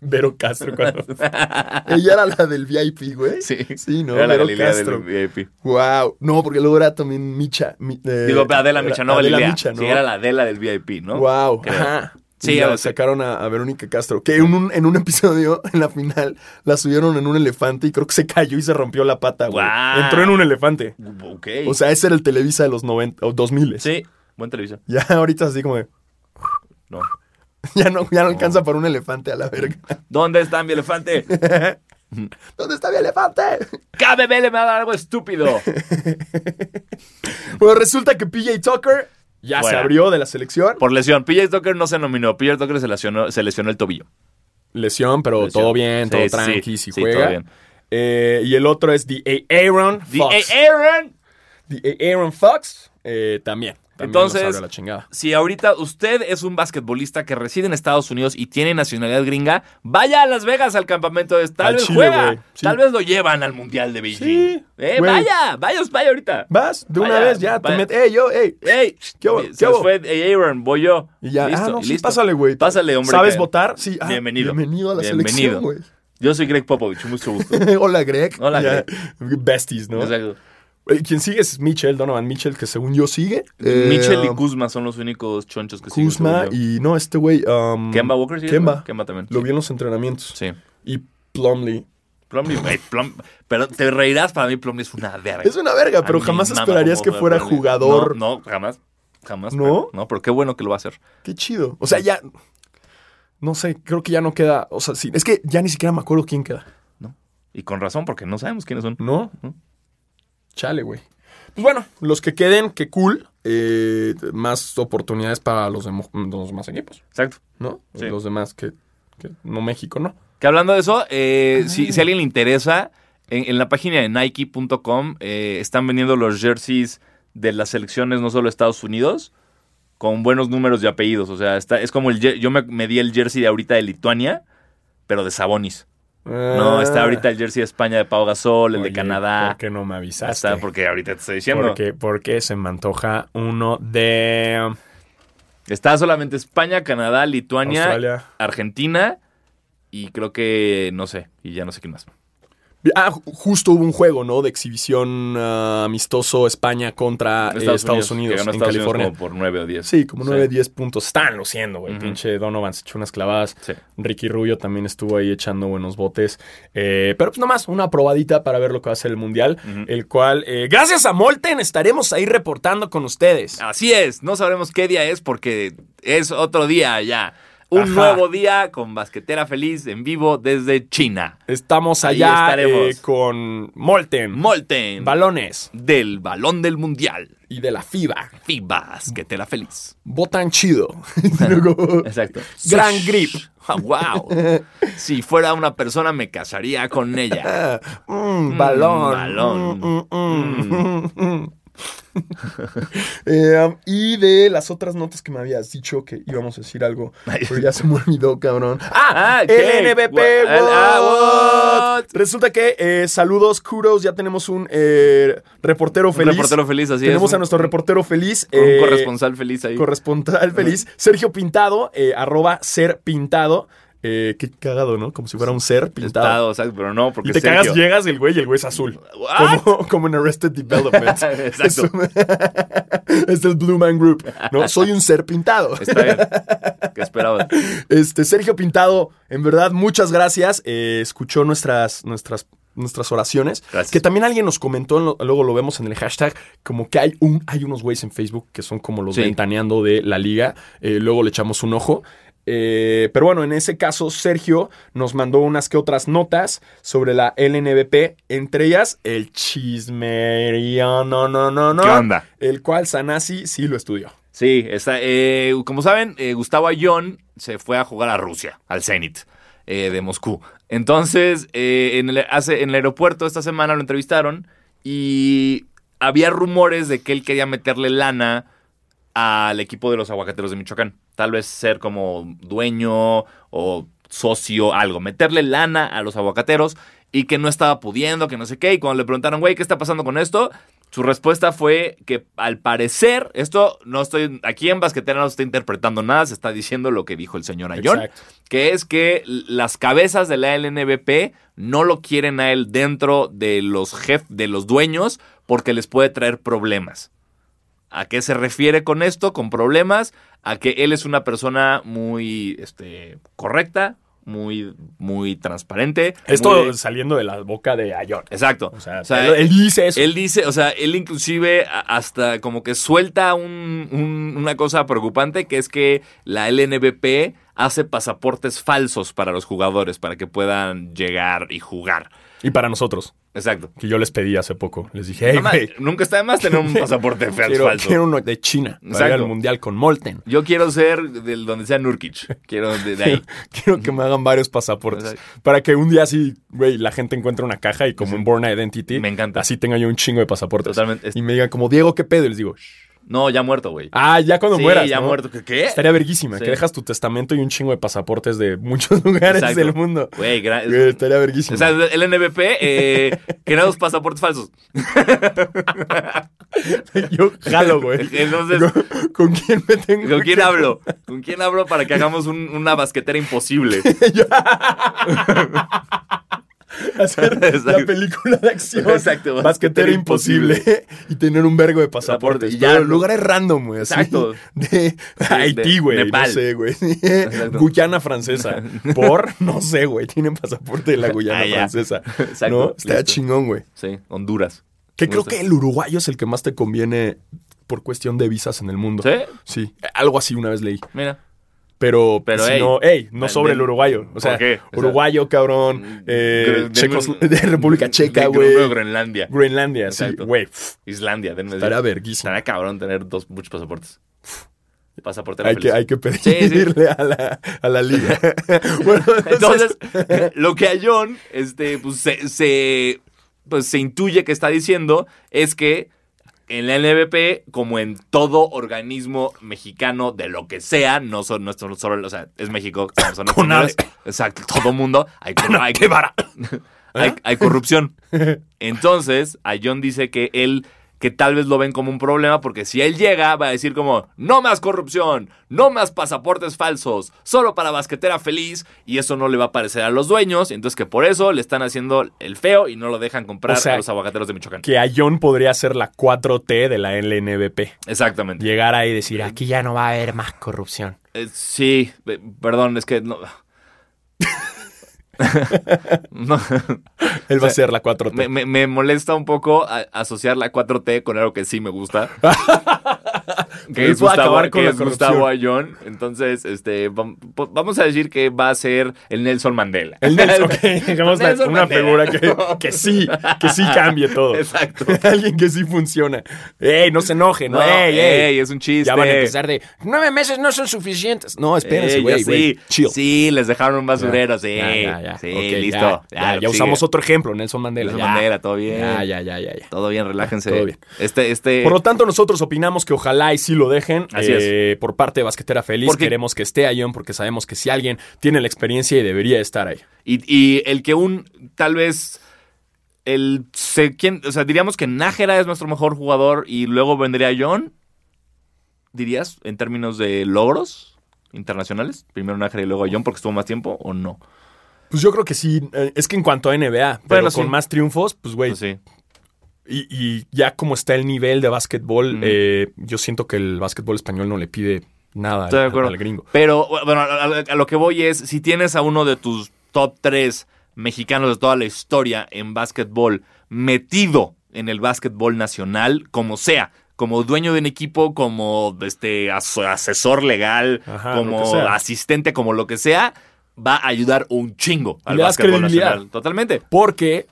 Vero Castro. cuando- Ella era la del VIP, güey.
Sí.
Sí, no,
Era la
Vero
Galilea
Castro. Eh,
del VIP.
Wow, no, porque luego era también Micha. mi- eh,
Digo, Adela
era-
Micha, no
Adela
Galilea.
Micha, ¿no?
Sí, era la Adela del VIP, ¿no?
Wow.
Creo.
Ajá.
Sí,
Y
ya
la
lo sé.
sacaron a, a Verónica Castro, que en un, en un episodio, en la final, la subieron en un elefante y creo que se cayó y se rompió la pata, güey.
Guau.
Entró en un elefante.
Ok.
O sea, ese era el Televisa de los 90 o 2000.
sí, buen televisión.
Ya ahorita así como de,
No.
ya no, ya no alcanza para un elefante a la verga.
¿Dónde está mi elefante?
¿Dónde está mi elefante?
KBB le va a dar algo estúpido.
Bueno, resulta que PJ Tucker ya se
Fuera.
abrió de la selección.
Por lesión. PJ Tucker no se nominó. PJ Tucker se lesionó, se lesionó el tobillo.
lesión, pero
Lesión.
todo bien,
Sí,
todo
sí,
tranqui,
sí,
si
sí,
juega.
todo bien.
Eh, y el otro es The Aaron
The
Fox.
eh, Aaron.
The Aaron Fox eh, también. también nos
Entonces-
abre la chingada.
Si ahorita usted es un basquetbolista que reside en Estados Unidos y tiene nacionalidad gringa, vaya a Las Vegas al campamento de tal
Al
vez
Chile,
juega,
güey, sí.
tal vez lo llevan al Mundial de Beijing.
Sí,
Eh,
güey.
vaya, vaya, vaya ahorita.
Vas, de una
Vaya,
vez ya, te
vaya.
metes. ¡Ey, yo, ey!
¡Ey!
¿Qué hubo?
Se
¿Qué hubo?
fue eh, Aaron, voy yo.
Y ya,
Listo,
ah, no, sí,
listo.
pásale, güey.
Pásale, hombre.
¿Sabes
que-
votar? Sí. ah,
Bienvenido.
Bienvenido a la
Bienvenido.
selección, güey.
Yo soy Greg Popovich, mucho gusto.
Hola, Greg.
Hola,
Ya, Besties, ¿no?
Exacto.
Eh, Quien sigue es Mitchell, Donovan Mitchell, que según yo sigue. Eh,
Mitchell y Kuzma son los únicos chonchos que siguen,
Kuzma
según yo.
y no, este güey. um,
Kemba Walker, sí.
Kemba.
Kemba también.
Lo vi en los entrenamientos.
Sí.
Y Plumley.
Plumlee, güey, Plum- pero te reirás, para mí Plumlee es una verga.
Es una verga,
A
pero
mí
jamás
me mama
esperarías
cómo
que
juega
fuera
Plumlee.
jugador.
No, no, jamás. Jamás.
¿No?
pero- No, pero qué bueno que lo va a hacer.
Qué chido. O sea, ya. No sé, creo que ya no queda. O sea, sí. Es que ya ni siquiera me acuerdo quién queda.
¿no? Y con razón, porque no sabemos quiénes son.
¿No? Chale, güey. Pues bueno, los que queden, qué cool. Eh, más oportunidades para los, demo- los demás equipos,
Exacto.
¿no?
Sí.
Los demás que, que no México, ¿no?
Que hablando de eso, eh,
Ah.
si, si a alguien le interesa, en, en la página de Nike.com eh, están vendiendo los jerseys de las selecciones no solo de Estados Unidos, con buenos números y apellidos. O sea, está, es como el jer- yo me, me di el jersey de ahorita de Lituania, pero de Sabonis.
Ah,
No, está ahorita el jersey de España de Pau Gasol, el de Canadá.
¿Por qué no me avisaste?
Está porque ahorita te estoy diciendo.
porque, porque se me antoja uno de
Está solamente España, Canadá, Lituania,
Australia.
Argentina y creo que no sé, y ya no sé quién más.
Ah, ju- justo hubo un juego, ¿no? De exhibición ah, amistoso España contra eh, Estados, Unidos,
que ganó
en
Estados Unidos
California.
como por 9 o 10.
Sí, como 9,
Sí.
10 puntos. Están luciendo, güey.
Ujú.
Pinche Donovan se echó unas clavadas.
Sí.
Ricky Rubio también estuvo ahí echando buenos botes. Eh, pero pues nomás, una probadita para ver lo que va a ser el Mundial.
Ujú.
El cual, eh, gracias a Molten, estaremos ahí reportando con ustedes.
Así es, no sabremos qué día es porque es otro día ya. Un
Ajá.
nuevo día con Basquetera Feliz en vivo desde China.
Estamos
Ahí
allá
estaremos.
eh, con Molten.
Molten
Balones
del Balón del Mundial.
y de la FIBA.
FIBA Basquetera Feliz.
Botan chido. Y luego-
Exacto.
Gran grip.
Ah, wow. si fuera una persona me casaría con ella.
Mm, balón.
balón.
Mm, mm, mm, mm. Eh, um, y de las otras notas que me habías dicho que íbamos a decir algo, pero ya se me olvidó, cabrón.
Ah, ¿qué?
El NBP
What?
World.
Ah, what?
Resulta que eh, saludos, kudos, ya tenemos un eh, reportero
Un
feliz.
reportero feliz, así
tenemos
es.
a nuestro reportero feliz.
un
eh,
corresponsal feliz ahí.
corresponsal feliz, Sergio Pintado, eh, arroba ser pintado. Eh, qué cagado, ¿no? Como si fuera un ser pintado.
Estado, exacto, pero no, porque
Y te
Sergio-
cagas, llegas y el güey y el güey es azul.
What?
Como, como en Arrested Development.
Exacto.
Es, un- es el Blue Man Group. ¿no? Soy un ser pintado.
Está bien. ¿Qué esperabas?
Este, Sergio Pintado, en verdad, muchas gracias. Eh, escuchó nuestras, nuestras, nuestras oraciones.
Gracias.
Que también alguien nos comentó, en lo- luego lo vemos en el hashtag, como que hay, un, hay unos güeyes en Facebook que son como los
Sí.
ventaneando de la liga. Eh, luego le echamos un ojo. Eh, pero bueno, en ese caso, Sergio nos mandó unas que otras notas sobre la LNBP, entre ellas el chismerío, no, no, no, no.
¿Qué onda?
El cual Sanasi sí lo estudió.
Sí, está, eh, como saben, eh, Gustavo Ayón se fue a jugar a Rusia, al Zenit eh, de Moscú. Entonces, eh, en, el, hace, en el aeropuerto esta semana lo entrevistaron y había rumores de que él quería meterle lana al equipo de los aguacateros de Michoacán. Tal vez ser como dueño o socio, algo. Meterle lana a los aguacateros y que no estaba pudiendo, que no sé qué. Y cuando le preguntaron, güey, ¿qué está pasando con esto? Su respuesta fue que al parecer, esto no estoy, aquí en Basquetera no se está interpretando nada, se está diciendo lo que dijo el señor Ayón
Exacto.
que es que las cabezas de la LNBP no lo quieren a él dentro de los jef, de los dueños, porque les puede traer problemas. ¿A qué se refiere con esto? Con problemas, a que él es una persona muy este, correcta, muy, muy transparente.
Esto
muy-
saliendo de la boca de Ayon.
Exacto.
O sea,
O sea,
él, él dice eso.
él dice, o sea, él inclusive a- hasta como que suelta un- un- una cosa preocupante que es que la LNBP hace pasaportes falsos para los jugadores para que puedan llegar y jugar.
Y para nosotros.
Exacto.
que yo les pedí hace poco. Les dije, hey,
Nada más,
güey,
nunca está de más tener un pasaporte fal-
quiero,
falso.
quiero uno de China para ir
Exacto.
al mundial con Molten.
Yo quiero ser del donde sea Nurkic. Quiero de, de ahí.
Quiero que me hagan varios pasaportes.
Exacto.
Para que un día así, güey, la gente encuentre una caja y como en Born Identity.
Me encanta.
Así tenga yo un chingo de pasaportes.
Totalmente. Es-
Y me digan como, Diego, ¿qué pedo? Y les digo, "Shh".
No, ya muerto, güey.
ah, ya cuando
sí,
mueras.
ya
¿no?
muerto. ¿Qué? qué?
Estaría verguísima,
Sí.
que dejas tu testamento y un chingo de pasaportes de muchos lugares
Exacto.
del mundo.
Güey, gra-
Güey, estaría verguísima.
O sea, el NBP, eh, creados pasaportes falsos.
yo jalo, güey.
Entonces-
¿Con, con quién me tengo
¿Con quién
que-
hablo? ¿Con quién hablo para que hagamos un- una basquetera imposible?
hacer la
Exacto.
película de acción.
Exacto,
Basquetero
basquetero
imposible. y tener un vergo de pasaportes.
Pasaportes,
ya,
pero-
lugares random, güey. así,
Exacto.
De Haití, güey. No
Nepal.
sé, güey.
Exacto.
Guyana francesa. Por, no sé, güey. Tienen pasaporte de la Guyana
Ah, ya.
francesa.
Exacto,
¿No? Está
listo.
chingón, güey.
Sí, Honduras.
Que creo
Justo.
que el uruguayo es el que más te conviene por cuestión de visas en el mundo.
¿Sí?
Sí, algo así una vez leí.
Mira.
Pero,
Pero,
si
ey,
no, ey, no
den-
sobre el uruguayo. O sea,
¿por qué? O sea,
uruguayo, cabrón, eh,
Gre-
checos,
denme un-
de República Checa,
de-
güey.
de Groenlandia.
Groenlandia, sí,
Exacto.
güey. pf,
Islandia, denme
Estará
decir.
verguísima.
Estará cabrón tener dos muchos pasaportes. Pasaporte
Hay que, hay que
sí.
pedirle A, la, a la liga. bueno,
Entonces, lo que a John, este, pues se, se- pues, se intuye que está diciendo es que en la NBP, como en todo organismo mexicano de lo que sea, no son nuestros solo, o sea, es México, son- son
Con
españoles. exacto, todo mundo, hay, corru- hay-
¡Qué vara!
hay- hay corrupción. Entonces, a John dice que él que tal vez lo ven como un problema porque si él llega va a decir como no más corrupción, no más pasaportes falsos, solo para basquetera feliz y eso no le va a parecer a los dueños, entonces que por eso le están haciendo el feo y no lo dejan comprar
O sea,
a los aguacateros de Michoacán.
Que Ayón podría ser la 4T de la LNBP.
Exactamente.
Llegar ahí y decir, aquí ya no va a haber más corrupción.
Eh, sí, eh, perdón, es que no No,
Él va a ser la 4T.
me, me- me molesta un poco a- asociar la 4T con algo que sí me gusta. que
Él
es Gustavo,
puede acabar con
que
la
es
corrupción.
Gustavo Ayón. Entonces, este, vam- po- vamos a decir que va a ser el Nelson Mandela.
El Nelson, ok, dejamos la-
Nelson
una figura
Mandela.
que, que sí, que sí cambie todo.
Exacto.
Alguien que sí funciona. ¡Ey, no se enoje! ¡No,
No,
ey, ey!
ey, es un chiste.
Ya van a empezar de nueve meses no son suficientes. No, espérense,
Ey,
güey.
Este, eh, ya
güey,
sí,
chill.
sí, les dejaron un basurero, sí.
Ya, ya, ya.
Sí,
Ok, ya,
listo.
Ya, ya
lo que
usamos
sigue.
otro ejemplo, Nelson Mandela.
Nelson
ya.
Mandela, todo bien.
Ya, ya, ya, ya, ya.
Todo bien, relájense.
Todo bien.
Este, este.
Por lo tanto, nosotros opinamos que ojalá y sí lo dejen.
Así
eh, Por parte de Basquetera Feliz,
Porque-
queremos que esté Ayón porque sabemos que si alguien tiene la experiencia y debería estar ahí.
Y, y el que un, tal vez, el, se- ¿quién? o sea, diríamos que Nájera es nuestro mejor jugador y luego vendría John, dirías, en términos de logros internacionales, primero Nájera y luego John porque estuvo más tiempo o no.
Pues yo creo que sí. eh, es que en cuanto a NBA, pero
Bueno,
con
sí.
más triunfos, pues güey,
Pues sí,
Y, y ya como está el nivel de básquetbol,
Mm.
eh, yo siento que el básquetbol español no le pide nada al,
estoy de acuerdo.
al gringo.
Pero bueno, a, a- a lo que voy es, si tienes a uno de tus top tres mexicanos de toda la historia en básquetbol metido en el básquetbol nacional, como sea, como dueño de un equipo, como este aso- asesor legal,
Ajá, lo que
como
sea.
asistente, como lo que sea, va a ayudar un chingo al
Le das
básquetbol
credibilidad.
nacional. Totalmente.
Porque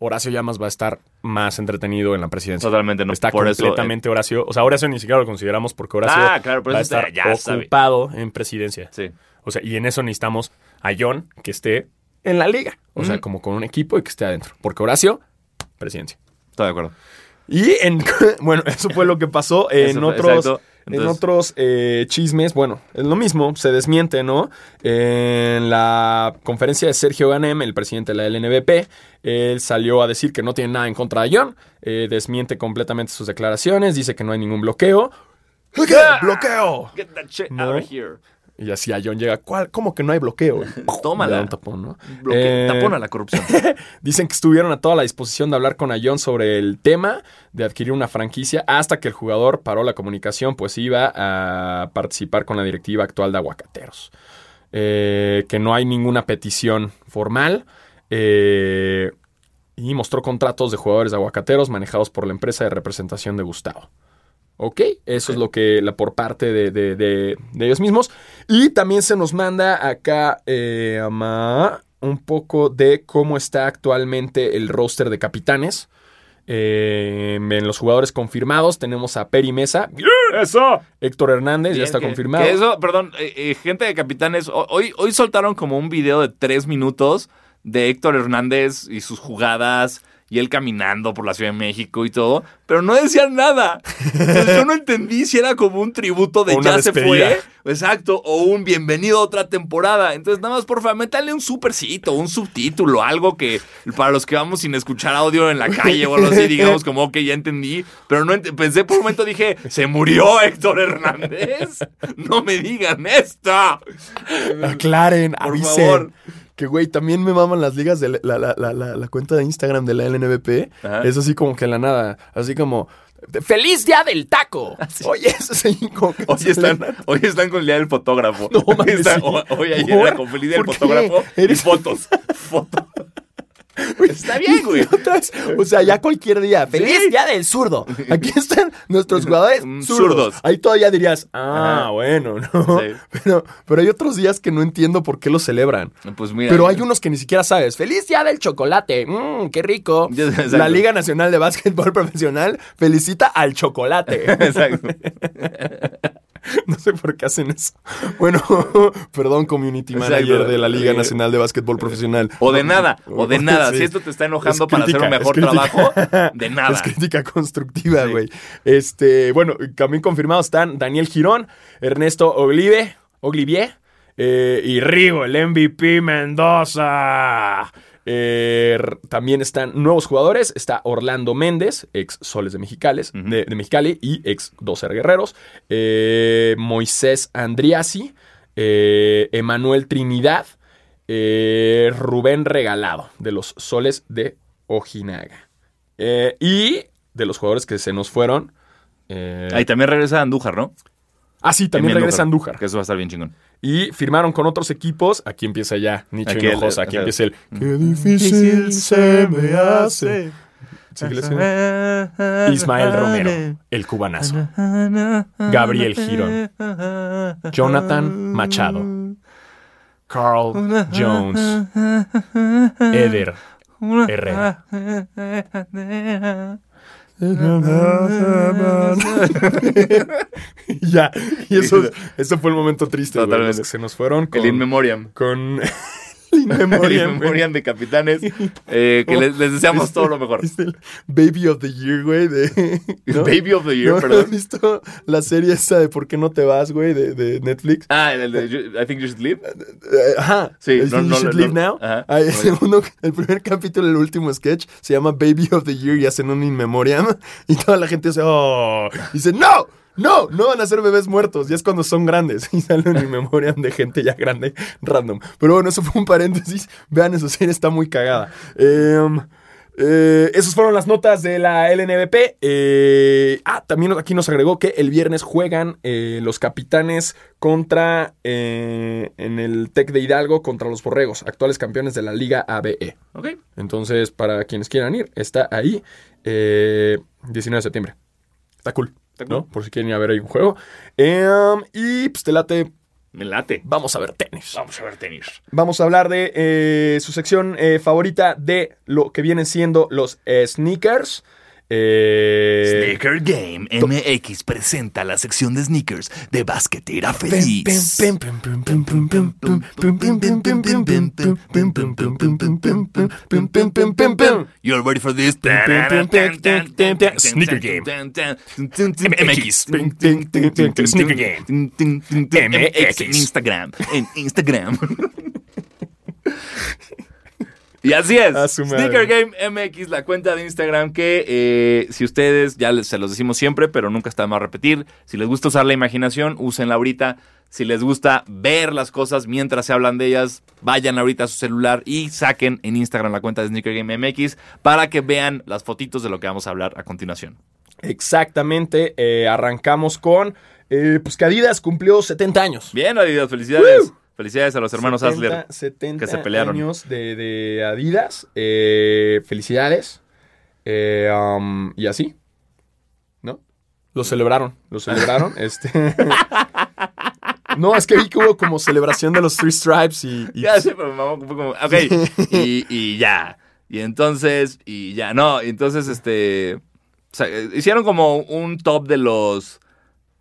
Horacio Llamas va a estar más entretenido en la presidencia.
Totalmente, no.
está
por eso, eh,
completamente Horacio. O sea, Horacio ni siquiera lo consideramos porque Horacio
Ah, claro, por
va a
eso está-
estar
ya sabe.
ocupado en presidencia.
sí.
O sea, y en eso necesitamos a John que esté en la liga. O sea,
Ujú.
como con un equipo y que esté adentro. Porque Horacio, presidencia.
Estoy de acuerdo.
Y en, bueno, eso fue lo que pasó en
Eso fue,
otros,
exacto.
en
Entonces-
otros eh, chismes. Bueno, es lo mismo, se desmiente, ¿no? En la conferencia de Sergio Ganem, el presidente de la LNBP, él salió a decir que no tiene nada en contra de John, eh, desmiente completamente sus declaraciones, dice que no hay ningún bloqueo. ¿Qué? ¡Bloqueo!
Get that shit
No.
out of here.
Y así a John llega, ¿cuál? ¿Cómo que no hay bloqueo?
Tómala.
Le da un tapón, ¿no?
Bloque-
Eh,
tapón a la corrupción.
Dicen que estuvieron a toda la disposición de hablar con Ayón sobre el tema de adquirir una franquicia hasta que el jugador paró la comunicación, pues iba a participar con la directiva actual de Aguacateros. Eh, que no hay ninguna petición formal. eh, y mostró contratos de jugadores de Aguacateros manejados por la empresa de representación de Gustavo. Ok, eso es lo que la por parte de, de- de- de ellos mismos. Y también se nos manda acá eh, ama, un poco de cómo está actualmente el roster de capitanes. Eh, en los jugadores confirmados tenemos a Peri Mesa.
¡Eso!
Héctor Hernández ya
Bien,
está
que-
confirmado.
que eso, perdón, eh, eh, gente de Capitanes, ho- hoy, hoy soltaron como un video de tres minutos de Héctor Hernández y sus jugadas y él caminando por la Ciudad de México y todo, pero no decían nada. Entonces, yo no entendí si era como un tributo de
O una
ya
despedida.
se fue, exacto, o un bienvenido a otra temporada. Entonces, nada más, porfa, métale un supercito, un subtítulo, algo que para los que vamos sin escuchar audio en la calle o algo así, digamos como, ok, ya entendí, pero no ent- pensé por un momento, dije, se murió Héctor Hernández. No me digan esto.
Aclaren,
Por
avisen.
favor.
Que, güey, también me maman las ligas de la, la- la- la- la cuenta de Instagram de la LNBP.
Ajá.
Es así como que en la nada. Así como, ¡Feliz Día del Taco! Oye, eso es así como que-
Hoy están, hoy están con el día del fotógrafo.
No,
hoy,
mames,
están-
sí.
hoy- hoy ayer
¿Por?
era con feliz día del
¿Por qué?
fotógrafo
Eres-
y fotos. Fotos. Está bien, güey.
Otra vez, O sea, ya cualquier día. ¡Feliz
Sí.
Día del Zurdo! Aquí están nuestros jugadores
Mm,
zurdos.
zurdos.
Ahí todavía dirías, ah,
Ajá.
bueno, ¿no?
Sí.
Pero, pero hay otros días que no entiendo por qué lo celebran.
Pues mira,
Pero hay unos que ni siquiera sabes. ¡Feliz día del chocolate! ¡Mmm, qué rico!
Ya, exacto.
La Liga Nacional de Básquetbol Profesional felicita al chocolate.
Exacto.
no sé por qué hacen eso. Bueno, perdón, community
Exacto.
manager de la Liga
Sí.
Nacional de Básquetbol Profesional.
eh, O de nada, o de nada.
Sí.
Si esto te está enojando
Es
para hacer un
crítica,
mejor
es crítica.
trabajo, de nada.
Es crítica constructiva,
Sí.
güey. Este, bueno, también confirmados están Daniel Girón, Ernesto Olive, Olivier eh, y Rigo, el MVP Mendoza. Eh, r- también están nuevos jugadores. Está Orlando Méndez, ex Soles de, Mexicales,
Ujú.
de, de Mexicali y ex Docer Guerreros. Eh, Moisés Andriasi, eh, Emanuel Trinidad, eh, Rubén Regalado, de los Soles de Ojinaga. Eh, y de los jugadores que se nos fueron. eh,
Ahí también regresa Andújar, ¿no?
ah, sí, también regresa Andújar.
Que eso va a estar bien chingón.
Y firmaron con otros equipos. Aquí empieza ya Nicho
Aquí el-
Hinojosa. Aquí
o sea,
empieza el. Qué difícil se me hace. Sí, que le suena. Ismael Romero, el cubanazo. Gabriel Girón. Jonathan Machado. Carl Jones. Eder Herrera. Y ya, y eso, eso fue el momento triste. güey,
Totalmente.
los que se nos fueron con.
El In Memoriam.
con el In
El
Memoriam,
In
güey.
Memoriam de Capitanes. eh, que les, les deseamos todo lo mejor.
Es el Baby of the Year, güey. De, ¿no?
Baby of the Year,
¿No
perdón.
has visto la serie esa de ¿Por qué no te vas, güey? De, de Netflix.
Ah, el de you- I Think You Should Leave.
Eh, Ajá.
Sí,
I
no,
Think You
no,
Should
no,
Leave
no.
Now.
Ajá.
Ah, el,
Oye.
segundo- el primer capítulo, el último sketch, se llama Baby of the Year y hacen un in memoriam. Y toda la gente dice, ¡Oh! Y dice, ¡No! No, no van a ser bebés muertos, ya es cuando son grandes. Y sale un in memoriam de gente ya grande, random. Pero bueno, eso fue un paréntesis. Vean, esa serie está muy cagada. Em, eh, esas fueron las notas de la LNBP. Eh, ah, también aquí nos agregó que el viernes juegan eh, los capitanes contra eh, en el Tec de Hidalgo contra los Borregos, actuales campeones de la Liga ABE.
Ok.
Entonces, para quienes quieran ir, está ahí eh, 19 de septiembre. Está cool.
Está cool.
¿no? Por si quieren ir a ver ahí un juego. Em, y pues te late,
Me late.
vamos a ver tenis.
Vamos a ver tenis.
Vamos a hablar de eh, su sección eh, favorita de lo que vienen siendo los eh, sneakers. Eh,
Sneaker Game MX presenta la sección de sneakers de Basquetera
pim, pim,
Feliz.
pim, pim, pim, pim, pim, pim, pim, pim, pim, pim, pim, pim, pim, pim, pim, pim, pim, pim, pim, pim, pim, pim, pim, pim, pim, pim.
You're ready for this?
Sneaker Game.
MX.
Sneaker Game.
MX. En Instagram. En Instagram. Y así es.
A su madre.
Sneaker Game MX, la cuenta de Instagram que eh, si ustedes, ya les- se los decimos siempre, pero nunca está de más repetir. Si les gusta usar la imaginación, úsenla ahorita. Si les gusta ver las cosas mientras se hablan de ellas, vayan ahorita a su celular y saquen en Instagram la cuenta de Sneaker Game MX para que vean las fotitos de lo que vamos a hablar a continuación.
Exactamente, eh, arrancamos con, eh, pues que Adidas cumplió 70 años.
Bien, Adidas, felicidades.
¡Woo!
Felicidades a los hermanos
70,
Asler.
70
que se pelearon.
años de, de Adidas. Eh, felicidades. Eh, um, y así. ¿No? Lo celebraron. Lo celebraron. este. No, es que vi que hubo como celebración de los Three Stripes y. y-
Ya sé, pero me mamó, fue como, ok, y, y ya. Y entonces, y ya, no, y entonces, este, o sea, eh, hicieron como un top de los,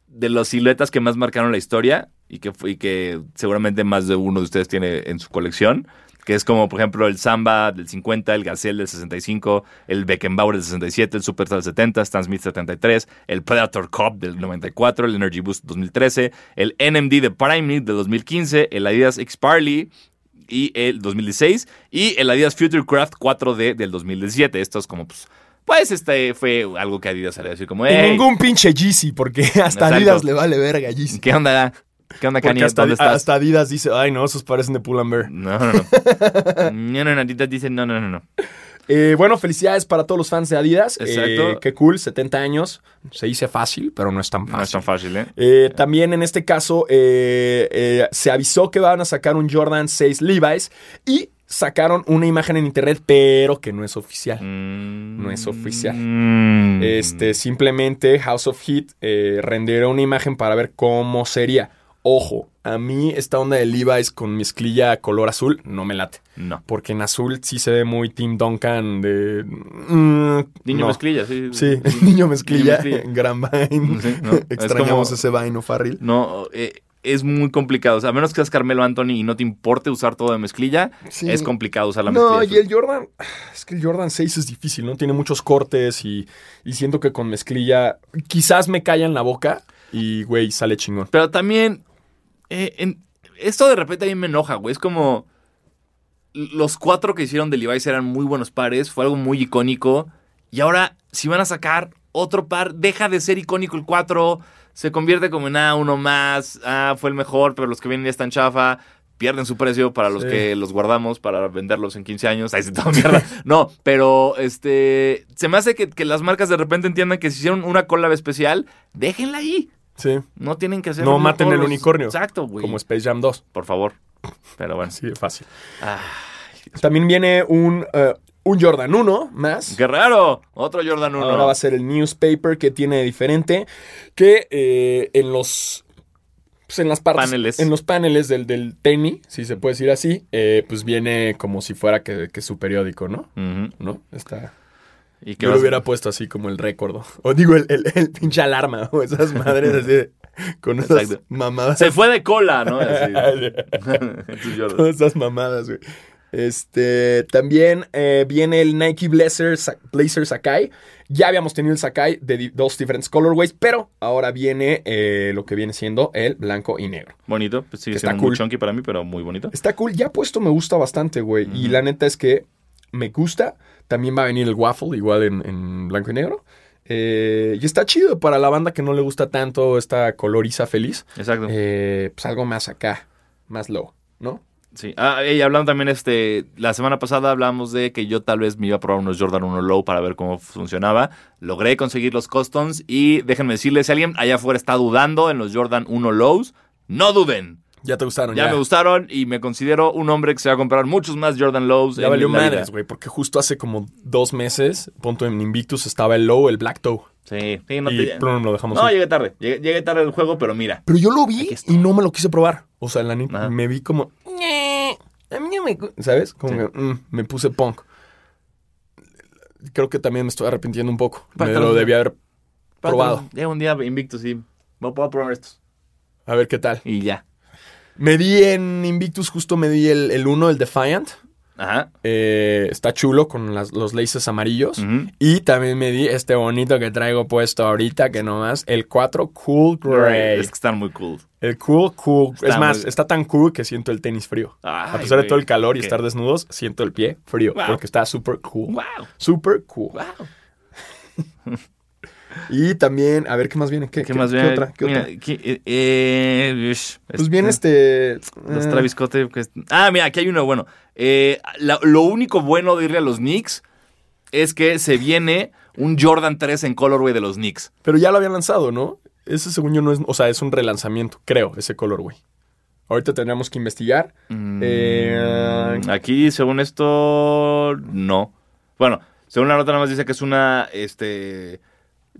de los siluetas que más marcaron la historia y que, fue- y que seguramente más de uno de ustedes tiene en su colección, que es como, por ejemplo, el Samba del 50, el Gazelle del 65, el Beckenbauer del 67, el Superstar del 70, Stan Smith 73, el Predator Cup del 94, el Energy Boost 2013, el NMD de Prime de 2015, el Adidas X Parley y el 2016 y el Adidas Futurecraft 4D del 2017. Esto es como pues pues este fue algo que Adidas salió a decir como
y
"Ey,
ningún pinche Yeezy, porque hasta
Exacto.
Adidas le vale verga Yeezy.
¿Qué onda? ¿Qué onda
Porque
Kanye?
hasta,
¿Dónde estás?
hasta Adidas dice, ay no, esos parecen de Pull and Bear.
No, no, no. No, no, no, Adidas dice no, no, no, no.
Eh, bueno, felicidades para todos los fans de Adidas.
Exacto.
Eh, qué cool, 70 años. Se dice fácil, pero no es tan
No es
fácil.
tan fácil, ¿eh?
Eh, también en este caso eh, eh, se avisó que van a sacar un Jordan 6 Levi's y sacaron una imagen en internet, pero que no es oficial.
No
es oficial.
Este
Este, simplemente House of Heat eh, renderó una imagen para ver cómo sería. Ojo, a mí esta onda de Levi's con mezclilla color azul no me late.
no.
Porque en azul sí se ve muy Tim Duncan de... mm,
Niño
no.
mezclilla, sí.
Sí, niño mezclilla,
Niño mezclilla.
gran Vine.
Sí, ¿no? Es
Extrañamos
como-
ese Vine, Farril.
No, eh, es muy complicado. O sea, a menos que seas Carmelo Anthony y no te importe usar todo de mezclilla,
Sí.
es complicado usar la
No, y
mezclilla.
el Jordan, es que el Jordan 6 es difícil, ¿no? Tiene muchos cortes y, y siento que con mezclilla quizás me callan la boca y, güey, sale chingón.
Pero también, eh, en- esto de repente a mí me enoja, güey. Es como, los cuatro que hicieron de Levi's eran muy buenos pares, fue algo muy icónico. Y ahora, si van a sacar otro par, deja de ser icónico el cuatro, se convierte como en, ah, uno más, ah, fue el mejor, pero los que vienen ya están chafa. Pierden su precio para los
Sí.
que los guardamos para venderlos en 15 años. Ahí se toda mierda. No, pero este. Se me hace que, que las marcas de repente entiendan que si hicieron una collab especial, déjenla ahí.
Sí,
No tienen que hacer
No
un
maten
unicornio.
el unicornio.
Exacto, güey.
como Space Jam 2.
Por favor. Pero bueno.
Así de fácil.
Ah,
También viene un, eh, un Jordan 1 más.
¡Qué raro! Otro Jordan 1.
Ahora va a ser el newspaper que tiene de diferente. Que eh, en los. pues, en las partes.
Paneles.
En los paneles del, del tenis, si se puede decir así. eh, pues viene como si fuera que, que su periódico, ¿no? ¿No? Está.
¿Y qué
Yo
vas-
lo hubiera puesto así como el récord. O digo, el, el- el pinche alarma. O esas madres así de- Con esas
Exacto.
mamadas.
Se fue de cola, ¿no? Así. Tu Jordan.
Todas esas mamadas, güey. Este, también eh, viene el Nike Blazer, Sa- Blazer Sakai. Ya habíamos tenido el Sakai de di- dos diferentes colorways, pero ahora viene eh, lo que viene siendo el blanco y negro.
Bonito. Pues sigue
Que está
siendo muy
cool. Este,
chunky para mí, pero muy bonito.
Está cool, ya puesto me gusta bastante, güey. Y la neta es que me gusta. También va a venir el waffle, igual en, en blanco y negro. Eh, y está chido para la banda que no le gusta tanto esta coloriza feliz.
Exacto.
Eh, pues algo más acá, más low, ¿no?
Sí. Ah, y hablando también, este, la semana pasada hablamos de que yo tal vez me iba a probar unos Jordan 1 Low para ver cómo funcionaba. Logré conseguir los customs y déjenme decirles, si alguien allá afuera está dudando en los Jordan 1 Lows, no duden.
Ya te gustaron,
Ya, me gustaron y me considero un hombre que se va a comprar muchos más Jordan Lows.
Ya
en
valió
la vida.
madres, güey, porque justo hace como dos meses, punto en Invictus, estaba el low, el black toe.
Sí, sí, no
y
te-
plum, lo dejamos
No,
ahí.
llegué tarde. Llegué, llegué tarde al juego, pero mira.
Pero yo lo vi y no me lo quise probar. O sea, la ni-
Ajá.
me vi como... "Ñe, A mí no me... gu-". ¿Sabes? Como
Sí.
que mm, me puse punk. Creo que también me estoy arrepintiendo un poco. Me
Pártalo.
lo debía haber probado.
Llega un día invicto, sí. No puedo probar estos.
A ver qué tal.
Y ya.
Me di en Invictus, justo me di el 1, el, Defiant.
Ajá.
Eh, está chulo con las- los laces amarillos.
Ujú.
Y también me di este bonito que traigo puesto ahorita, que nomás, el 4 Cool Grey.
Es que están muy cool.
El Cool Cool.
Está
es más,
muy-
está tan cool que siento el tenis frío. A
Ay,
pesar de
güey.
todo el calor y
¿Qué?
estar desnudos, siento el pie frío,
Wow.
porque está súper cool.
Wow.
Súper cool.
Wow.
Y también, a ver, ¿qué más viene? ¿Qué,
¿Qué, más viene?
otra? ¿Qué
mira,
otra?
aquí, eh, eh, ush,
Pues viene
este-
este...
Los
eh,
Travis Scott, eh, que es- Ah, mira, aquí hay uno bueno. Eh, la- lo único bueno de irle a los Knicks es que se viene un Jordan 3 en colorway de los Knicks.
Pero ya lo habían lanzado, ¿no? Ese según yo no es... O sea, es un relanzamiento, creo, ese color, güey. Ahorita tendríamos que investigar.
Mm,
Eh,
Aquí, según esto, no. Bueno, según la nota nada más dice que es una, este,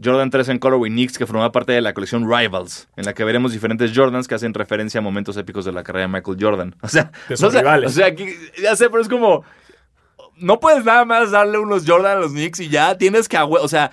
Jordan 3 en Colorway Knicks, que formaba parte de la colección Rivals, en la que veremos diferentes Jordans que hacen referencia a momentos épicos de la carrera de Michael Jordan. O sea,
De sus
no sé,
rivales.
o sea, aquí- ya sé, pero es como. No puedes nada más darle unos Jordan a los Knicks y ya tienes que. a hue- O sea,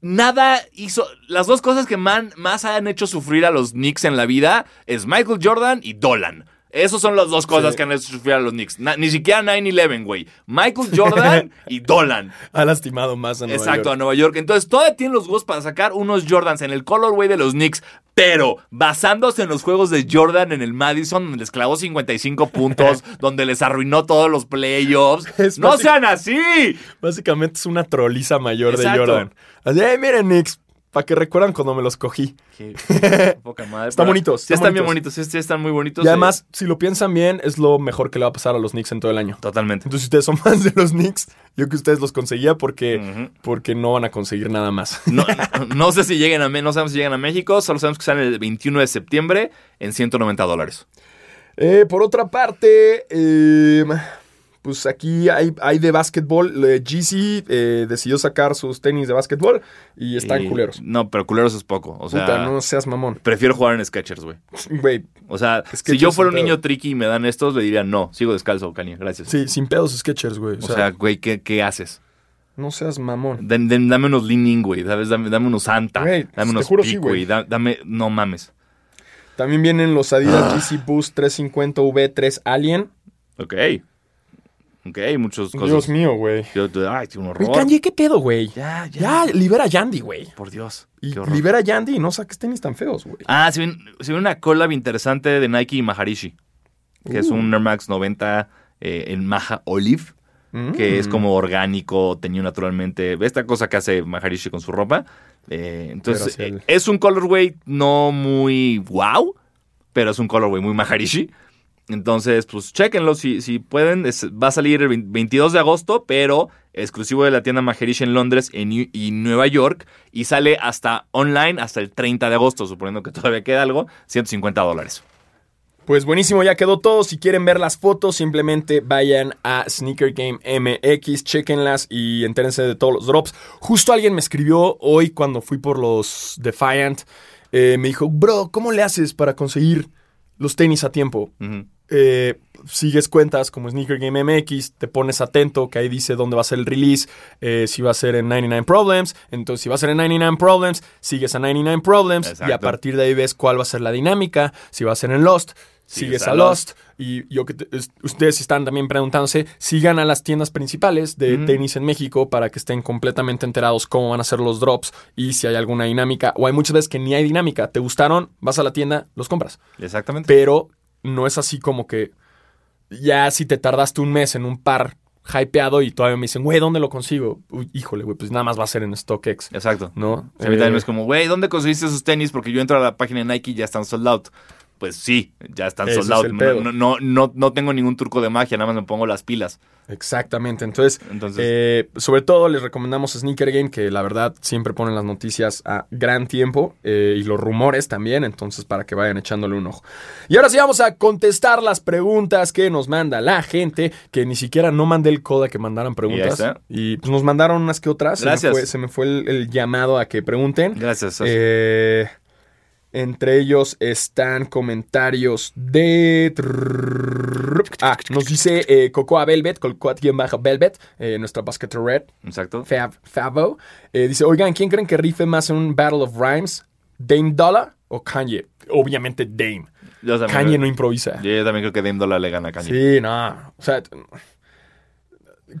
nada hizo. Las dos cosas que man- más han hecho sufrir a los Knicks en la vida es Michael Jordan y Dolan. Esas son las dos cosas
Sí.
que han hecho sufrir a los Knicks. Na- ni siquiera 9-11, güey. Michael Jordan y Dolan.
Ha lastimado más a Nueva
Exacto, a
York.
Nueva York. Entonces, todavía tienen los huevos para sacar unos Jordans en el colorway de los Knicks, pero basándose en los juegos de Jordan en el Madison, donde les clavó 55 puntos, donde les arruinó todos los playoffs.
Es
¡No
básico-
sean así!
Básicamente es una troliza mayor de
Exacto.
Jordan. Así, "Ey, miren, Knicks, para que recuerdan cuando me los cogí. Eh,
poca madre.
Están
pero-
bonitos,
Sí,
están
están bien bonitos. Sí, sí, están muy bonitos.
y
eh,
además, si lo piensan bien, es lo mejor que le va a pasar a los Knicks en todo el año.
Totalmente.
Entonces, si ustedes son fans de los Knicks, yo que ustedes los conseguía porque,
Ujú.
porque no van a conseguir nada más.
No, no- no sé si lleguen a, Me- no sabemos si llegan a México, solo sabemos que salen el 21 de septiembre en 190 dólares.
Eh, por otra parte, eh, pues aquí hay, hay de básquetbol. Eh, GC eh, decidió sacar sus tenis de básquetbol y están
Y-
culeros.
No, pero culeros es poco. O sea,
Puta, no seas mamón.
prefiero jugar en Skechers, güey.
Güey,
O sea,
Es que
si yo
es
fuera un
un pedo.
niño tricky y me dan estos, le diría no, sigo descalzo, Kanye, gracias.
sí, sin pedos Skechers, güey. O,
O
sea,
sea, güey, ¿qué, qué haces?
no seas mamón.
Den- den- dame unos leaning, güey, ¿sabes? Dame, dame unos Santa,
Güey, te
dame unos
juro sí,
Peak,
güey.
güey, da- dame, no mames.
También vienen los Adidas
Ah.
GC Boost 350 V3 Alien.
Ok. Ok, muchas cosas.
Dios mío, güey.
Yo- yo- ay, tío, un horror.
Güey, Kanye, ¿qué pedo, güey?
Ya,
Ya,
ya,
libera a Yandy, güey.
Por Dios.
Y
qué horror.
libera a Yandy y no saques tenis tan feos, güey.
Ah, se viene, se viene una collab interesante de Nike y Maharishi, que es
Uh.
un Air Max 90 eh, en Maja Olive. que es
Mm.
como orgánico, teñido naturalmente, esta cosa que hace Maharishi con su ropa. Eh, entonces,
Pero hacia
eh,
el-
es un colorway no muy wow, pero es un colorway muy Maharishi. Entonces, pues chequenlo si, si pueden. Es- va a salir el 20 22 de agosto, pero exclusivo de la tienda Maharishi en Londres en New- y Nueva York. Y sale hasta online hasta el 30 de agosto, suponiendo que todavía queda algo, 150 dólares.
Pues buenísimo, ya quedó todo. Si quieren ver las fotos, simplemente vayan a Sneaker Game MX, chequenlas y entérense de todos los drops. Justo alguien me escribió hoy cuando fui por los Defiant. eh, me dijo, bro, ¿cómo le haces para conseguir los tenis a tiempo?
Ujú.
eh, sigues cuentas como Sneaker Game MX, te pones atento, que ahí dice dónde va a ser el release, eh, si va a ser en 99 Problems, entonces si va a ser en 99 Problems, sigues a 99 Problems y a
Exacto.
partir de ahí ves cuál va a ser la dinámica, si va a ser en Lost. Sigues
Sigues
a
a
Lost y yo que te- es- ustedes están también preguntándose, sigan a las tiendas principales de
Ujú.
tenis en México para que estén completamente enterados cómo van a ser los drops y si hay alguna dinámica o hay muchas veces que ni hay dinámica, te gustaron, vas a la tienda, los compras
Exactamente.
pero no es así como que ya si te tardaste un mes en un par hypeado y todavía me dicen, güey, ¿dónde lo consigo? Uy, híjole, güey, pues nada más va a ser en StockX,
Exacto.
¿no?
O sea, a mí también
Eh,
es como, güey, ¿dónde conseguiste esos tenis? Porque yo entro a la página de Nike y ya están sold out. Pues sí, ya están
Ese
sold
es
out.
el pedo.
No, no, no, no- no tengo ningún truco de magia, nada más me pongo las pilas.
Eh, Exactamente, entonces,
Entonces,
eh, sobre todo les recomendamos Sneaker Game, que la verdad siempre ponen las noticias a gran tiempo eh, y los rumores también, entonces para que vayan echándole un ojo. Y ahora sí vamos a contestar las preguntas que nos manda la gente, que ni siquiera no mandé el coda que mandaran preguntas.
está.
Y pues nos mandaron unas que otras. Se me
Gracias.
fue, se me fue el, el llamado a que pregunten.
gracias.
Eh, entre ellos están comentarios de. Ah, nos dice eh, Cocoa Velvet, Cocoa-Velvet, eh, nuestra basquetera red,
Exacto.
Fab, Fabo. Eh, dice: Oigan, ¿quién creen que rife más en un Battle of Rhymes? ¿Dame Dollar o Kanye? Obviamente Dame.
Yo también,
Kanye
creo-
no improvisa.
yo también creo que Dame Dollar le gana a Kanye.
Sí, no. O sea. t-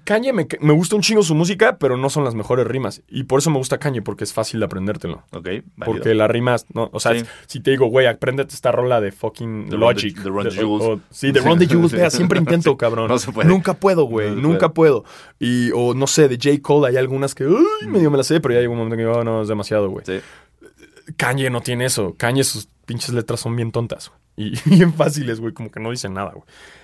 Kanye me, me gusta un chingo su música, pero no son las mejores rimas. Y por eso me gusta Kanye, porque es fácil de aprendértelo.
Ok, válido.
Porque las rimas, no, o sea,
Sí.
si te digo, güey, apréndete esta rola de fucking
The Run
Logic.
the- The Run
de-
the Jewels.
o- o- sí, The Run the Jewels, vea, siempre intento,
Sí,
cabrón.
no se puede.
Nunca puedo, güey,
No se
nunca puedo. Y, o no sé, de J. Cole hay algunas que, uy, medio me las sé, pero ya llegó un momento que, oh, no, es demasiado, güey.
Mm. Sí.
Kanye no tiene eso. Kanye, sus pinches letras son bien tontas, güey. Y bien fáciles, güey, como que no dicen nada, güey.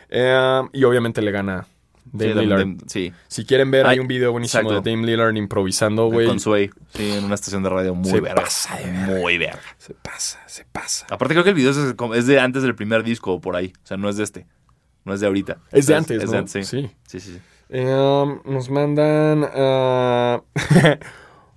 Eh, y obviamente le gana
Sí,
Dame
Dame-
Lillard.
Dame- sí.
Si quieren ver,
Ay,
hay un video buenísimo
exacto.
de Dame Lillard improvisando, güey.
Con Sway, sí, en una estación de radio muy
Se
verga.
pasa de
muy verga.
Se pasa, se pasa.
Aparte creo que el video es, como- es de antes del primer disco o por ahí. O sea, no es de este. No es de ahorita.
Es
O
de
sea,
antes,
es
¿no?
de antes, sí.
Sí.
Sí, sí, sí.
Eh, um, nos mandan. ah,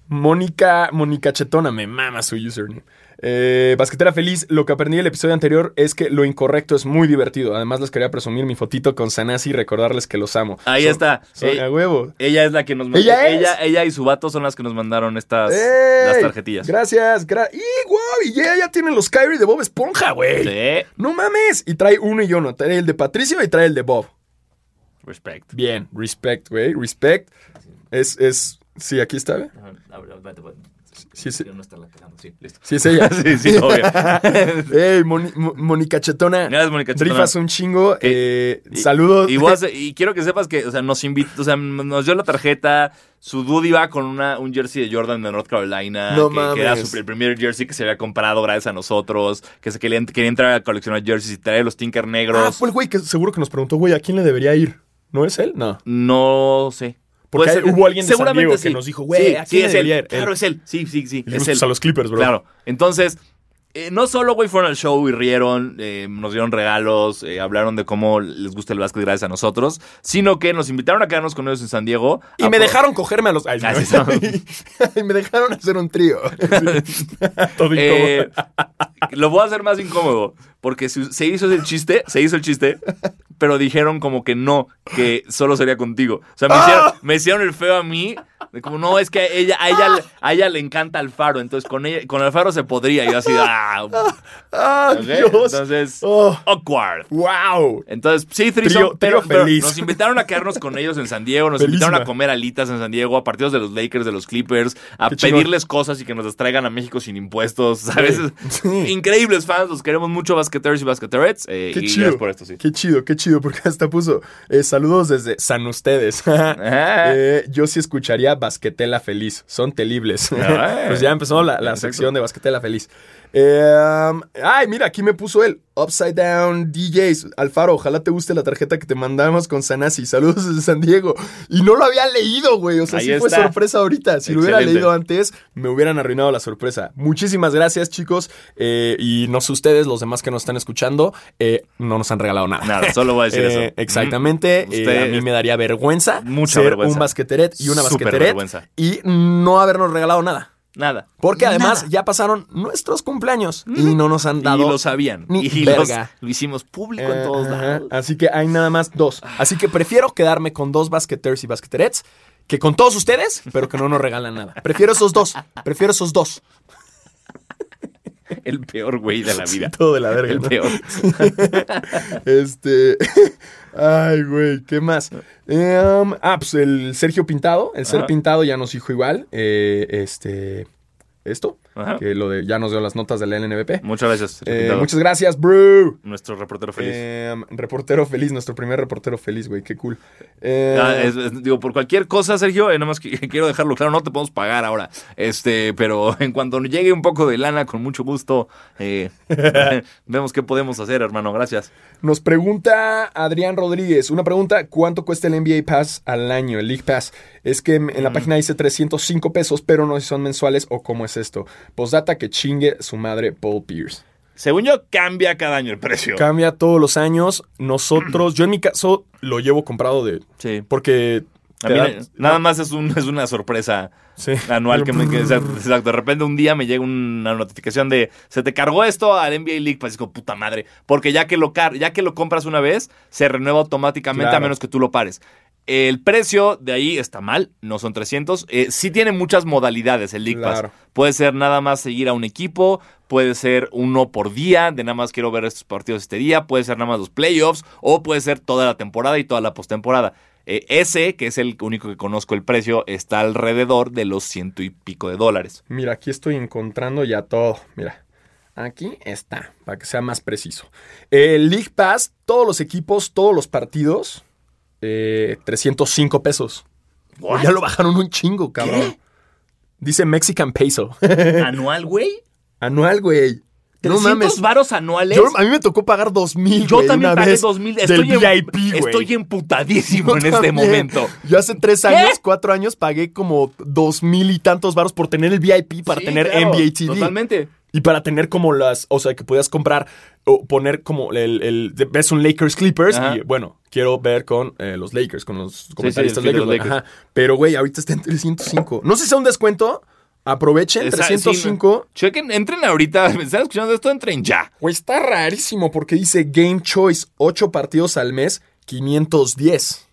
Mónica, Mónica Chetona, me mama su username. Eh, basquetera feliz, lo que aprendí del episodio anterior es que lo incorrecto es muy divertido. Además, les quería presumir mi fotito con Sanasi y recordarles que los amo.
Ahí
Son-
está.
son
Eh,
a huevo.
Ella es la que nos mandó.
¿Ella es?
ella, ella y su vato son las que nos mandaron estas las
¡Ey!
tarjetillas.
Gracias, gra- ¡Y guau! Y ella ya tiene los Kyrie de Bob Esponja, güey.
Sí.
¡No mames! Y trae uno y uno. Trae el de Patricio y trae el de Bob.
Respect.
Bien. Respect, güey. Respect. Es, es. Sí, aquí está, ¿ve? Sí, sí.
No está la cagando, sí, listo.
Sí, es ella.
Sí, sí, obvio.
ey, Moni- Mo- Mónica Chetona.
Gracias, Mónica Chetona.
Rifas un chingo. eh,
Y-
saludos.
Y, voy a hacer- y quiero que sepas que, o sea, nos invitó, o sea, nos dio la tarjeta. Su dude iba con una, un jersey de Jordan de North Carolina.
No
que, que era
mames.
su, el primer jersey que se había comprado gracias a nosotros. Que se quería, quería entrar a coleccionar jerseys y traer los Tinker
Ah,
negros.
fue el güey que seguro que nos preguntó, güey, ¿a quién le debería ir? ¿No es él? No.
No sé.
Porque
Puede
hay-
ser-
hubo alguien de San
seguramente
Diego que nos dijo, güey, ¿a quién
es
le
él.
debería ir?
Claro,
Él.
es él. Sí, sí, sí.
Le
es
gustas
él.
"Pues a los Clippers, bro.
Claro. Entonces, eh, no solo, güey, fueron al show y rieron, eh, nos dieron regalos, eh, hablaron de cómo les gusta el básquet gracias a nosotros, sino que nos invitaron a quedarnos con ellos en San Diego.
Y
A
me
pro-
dejaron cogerme a los. Ay,
Así
no. y me dejaron hacer un trío. Todo
Eh, lo voy a hacer más incómodo, porque se, se hizo el chiste, se hizo el chiste, pero dijeron como que no, que solo sería contigo. O sea, me, hicieron, me hicieron el feo a mí, de como no, es que a ella, a ella, le- a ella le encanta Alfaro, entonces con ella, con Alfaro se podría. Y yo así, ah,
¡Ah,
ok,
Dios!
entonces, Eh,
Oh,
awkward.
¡Wow!
Entonces, sí,
Trío-
threesome, pero,
trío
pero
feliz.
nos invitaron a quedarnos con ellos en San Diego, nos
Felísima.
invitaron a comer alitas en San Diego, a partidos de los Lakers, de los Clippers, a
Qué chingón.
pedirles cosas y que nos las traigan a México sin impuestos, ¿sabes?
Sí.
Increíbles fans, los queremos mucho, basqueteros y basqueterets. eh,
Qué
y
chido.
gracias por esto, sí.
Qué chido, qué chido, porque hasta puso eh, saludos desde San Ustedes.
Ah.
Eh, yo sí escucharía Basquetela Feliz, son terribles.
Ah.
pues ya empezó la, la
Perfecto.
sección de Basquetela Feliz. Eh, um, ay, mira, aquí me puso él. Upside Down DJs. Alfaro, ojalá te guste la tarjeta que te mandamos con Sanasi. Saludos desde San Diego. Y no lo había leído, güey. O sea,
Ahí
sí fue
está.
sorpresa ahorita. Si lo hubiera
Excelente.
leído antes, me hubieran arruinado la sorpresa. Muchísimas gracias, chicos. Eh, y no sé ustedes, los demás que nos están escuchando, eh, no nos han regalado nada.
Nada, solo voy a decir
Eh,
eso.
Exactamente.
Mm.
eh,
Usted-
a mí me daría vergüenza
Mucha
ser
vergüenza.
un basqueteret y una
Súper
basqueteret
vergüenza.
y no habernos regalado nada.
Nada.
Porque además
Nada. Mm.
ya pasaron nuestros cumpleaños y no nos han dado.
Y lo sabían.
ni
Y los-
verga.
lo hicimos público en
Eh,
todos
ajá,
lados. Ah.
Así que hay nada más dos. Así que prefiero quedarme con dos basqueters y basqueterets que con todos ustedes, pero que no nos regalan nada. Prefiero esos dos. Prefiero esos dos.
El peor güey de la vida.
Todo de la verga.
El
¿no?
peor.
Este. Ay, güey, ¿qué más? Eh, um, ah, pues el Sergio Pintado. El ser
Ah. Ajá.
pintado ya nos dijo igual. eh, este. Esto.
Ajá.
Que lo de. Ya nos dio las notas del LNBP.
Muchas gracias.
Eh,
invitado.
muchas gracias, bro.
Nuestro reportero feliz.
Eh, reportero feliz, nuestro primer reportero feliz, güey, qué cool. Eh,
Ah, es- es- digo, por cualquier cosa, Sergio, eh, nada más que quiero dejarlo claro, no te podemos pagar ahora. Este, pero en cuanto nos llegue un poco de lana, con mucho gusto, eh, vemos qué podemos hacer, hermano. Gracias.
Nos pregunta Adrián Rodríguez, una pregunta, ¿cuánto cuesta el NBA Pass al año, el League Pass? Es que en la página dice 305 pesos, pero no sé si son mensuales o cómo es esto. Postdata que chingue su madre Paul Pierce.
Según yo, cambia cada año el precio.
Cambia todos los años. Nosotros, yo en mi caso lo llevo comprado de...
sí.
Porque...
A
te
mí,
dan-
nada más es, un- es una sorpresa
Sí.
anual que me que- exacto, exacto. De repente un día me llega una notificación de se te cargó esto al NBA League. Pues digo, puta madre. Porque ya que lo car- ya que lo compras una vez, se renueva automáticamente a
Claro.
menos que tú lo pares. El precio de ahí está mal, no son 300. Eh, sí tiene muchas modalidades el League
Claro.
Pass. Puede ser nada más seguir a un equipo, puede ser uno por día, de nada más quiero ver estos partidos este día, puede ser nada más los playoffs, o puede ser toda la temporada y toda la postemporada. Eh, ese, que es el único que conozco el precio, está alrededor de los ciento y pico de dólares.
Mira, aquí estoy encontrando ya todo. Mira, aquí está, para que sea más preciso. El League Pass, todos los equipos, todos los partidos, eh, 305 pesos. Oh, Ya lo bajaron un chingo, cabrón. Dice Mexican Peso.
¿Anual, güey?
Anual, güey. No mames.
varos anuales?
Yo- a mí me tocó pagar 2000,
Yo
güey,
también
una
pagué
vez
2000.
del
Estoy, en-
VIP, güey.
estoy emputadísimo
Yo
en este
también.
momento.
Yo hace tres años, cuatro años, pagué como dos mil y tantos varos por tener el VIP para
Sí,
tener
claro,
NBA TV.
Totalmente.
Y para tener como las, o sea, que podías comprar o poner como el, el- de- ves un Lakers Clippers
Ajá.
y bueno, quiero ver con eh, los Lakers, con los comentaristas
sí, el feed de
Lakers.
los
ajá. Pero güey, ahorita está en 305. No sé si sea un descuento, Aprovechen,
Esa- sí,
305.
no. chequen, entren ahorita. Me están escuchando esto, entren ya.
Güey, está rarísimo porque dice Game Choice, 8 partidos al mes, 510.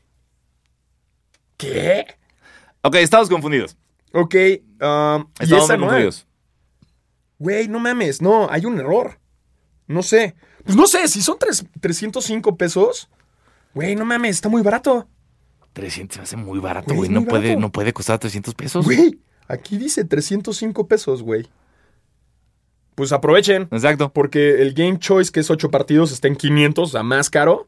¿Qué?
Ok, estamos confundidos.
Ok, um, y
Estamos muy
esa no es.
confundidos.
Güey, no mames, no, hay un error. No sé. Pues no sé, si son tres- 305 pesos. Güey, no mames, está muy barato.
300 se hace muy barato,
Güey,
güey.
es
No
muy
puede,
barato.
no puede costar 300 pesos.
Güey, aquí dice 305 pesos, güey. Pues aprovechen.
Exacto.
Porque el Game Choice, que es 8 partidos, está en 500, o sea, más caro.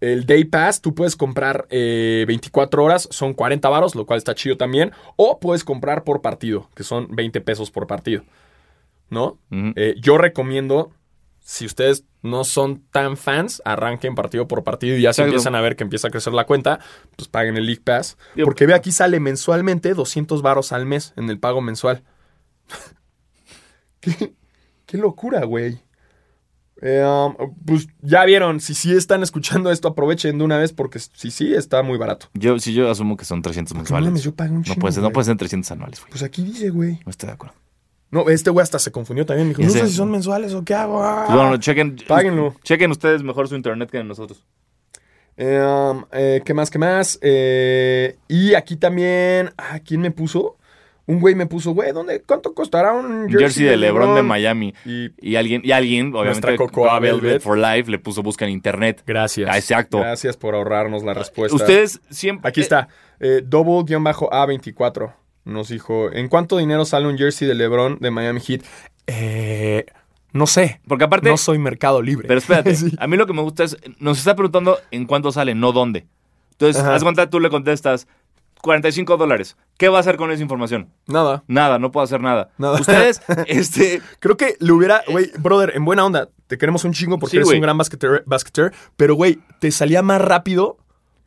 El Day Pass, tú puedes comprar eh, 24 horas, son 40 varos, lo cual está chido también. O puedes comprar por partido, que son 20 pesos por partido. ¿No?
Ujú.
Eh, yo recomiendo, si ustedes no son tan fans, arranquen partido por partido y ya se
Exacto.
empiezan a ver que empieza a crecer la cuenta, pues paguen el League Pass.
Digo,
Porque ve aquí sale mensualmente 200 varos al mes en el pago mensual. ¿Qué, qué locura, güey. Eh, um, pues ya vieron, si sí están escuchando esto, aprovechen de una vez porque si sí está muy barato.
Yo, sí, yo asumo que son 300
No mames,
mensuales.
yo pago un
No
chingo,
puede ser, no
güey.
puede ser 300 anuales, güey.
Pues aquí dice, güey.
No estoy de acuerdo.
No, este güey hasta se confundió también. Dijo,
Ya
no
sé.
sé si son mensuales o qué hago. Ah.
Pues Bueno, chequen.
Páguenlo.
Chequen ustedes mejor su internet que nosotros.
Eh, um, eh, ¿Qué más? ¿Qué más? Eh, y aquí también. ah, ¿Quién me puso? Un güey me puso, güey, ¿dónde, ¿cuánto costará un
Jersey, de LeBron de Miami.
Y
Y alguien, y alguien obviamente,
Nuestra Cocoa Velvet.
for Life le puso busca en internet.
gracias.
Ah, exacto. Ah,
Gracias por ahorrarnos la respuesta.
Ustedes siempre.
Aquí está. eh, Double-A24 nos dijo: ¿En cuánto dinero sale un jersey de LeBron de Miami Heat? Eh, no sé.
Porque aparte.
No soy mercado libre.
Pero espérate,
Sí.
a mí lo que me gusta es. Nos está preguntando en cuánto sale, no dónde. Entonces,
Ajá.
haz cuenta, tú le contestas 45 dólares. ¿Qué va a hacer con esa información?
Nada.
Nada, no puedo hacer nada.
Nada.
Ustedes, este.
Creo que le hubiera, güey, brother, en buena onda, te queremos un chingo porque
Eh. Sí,
eres
güey.
un gran basquetero, basquetero, pero güey, te salía más rápido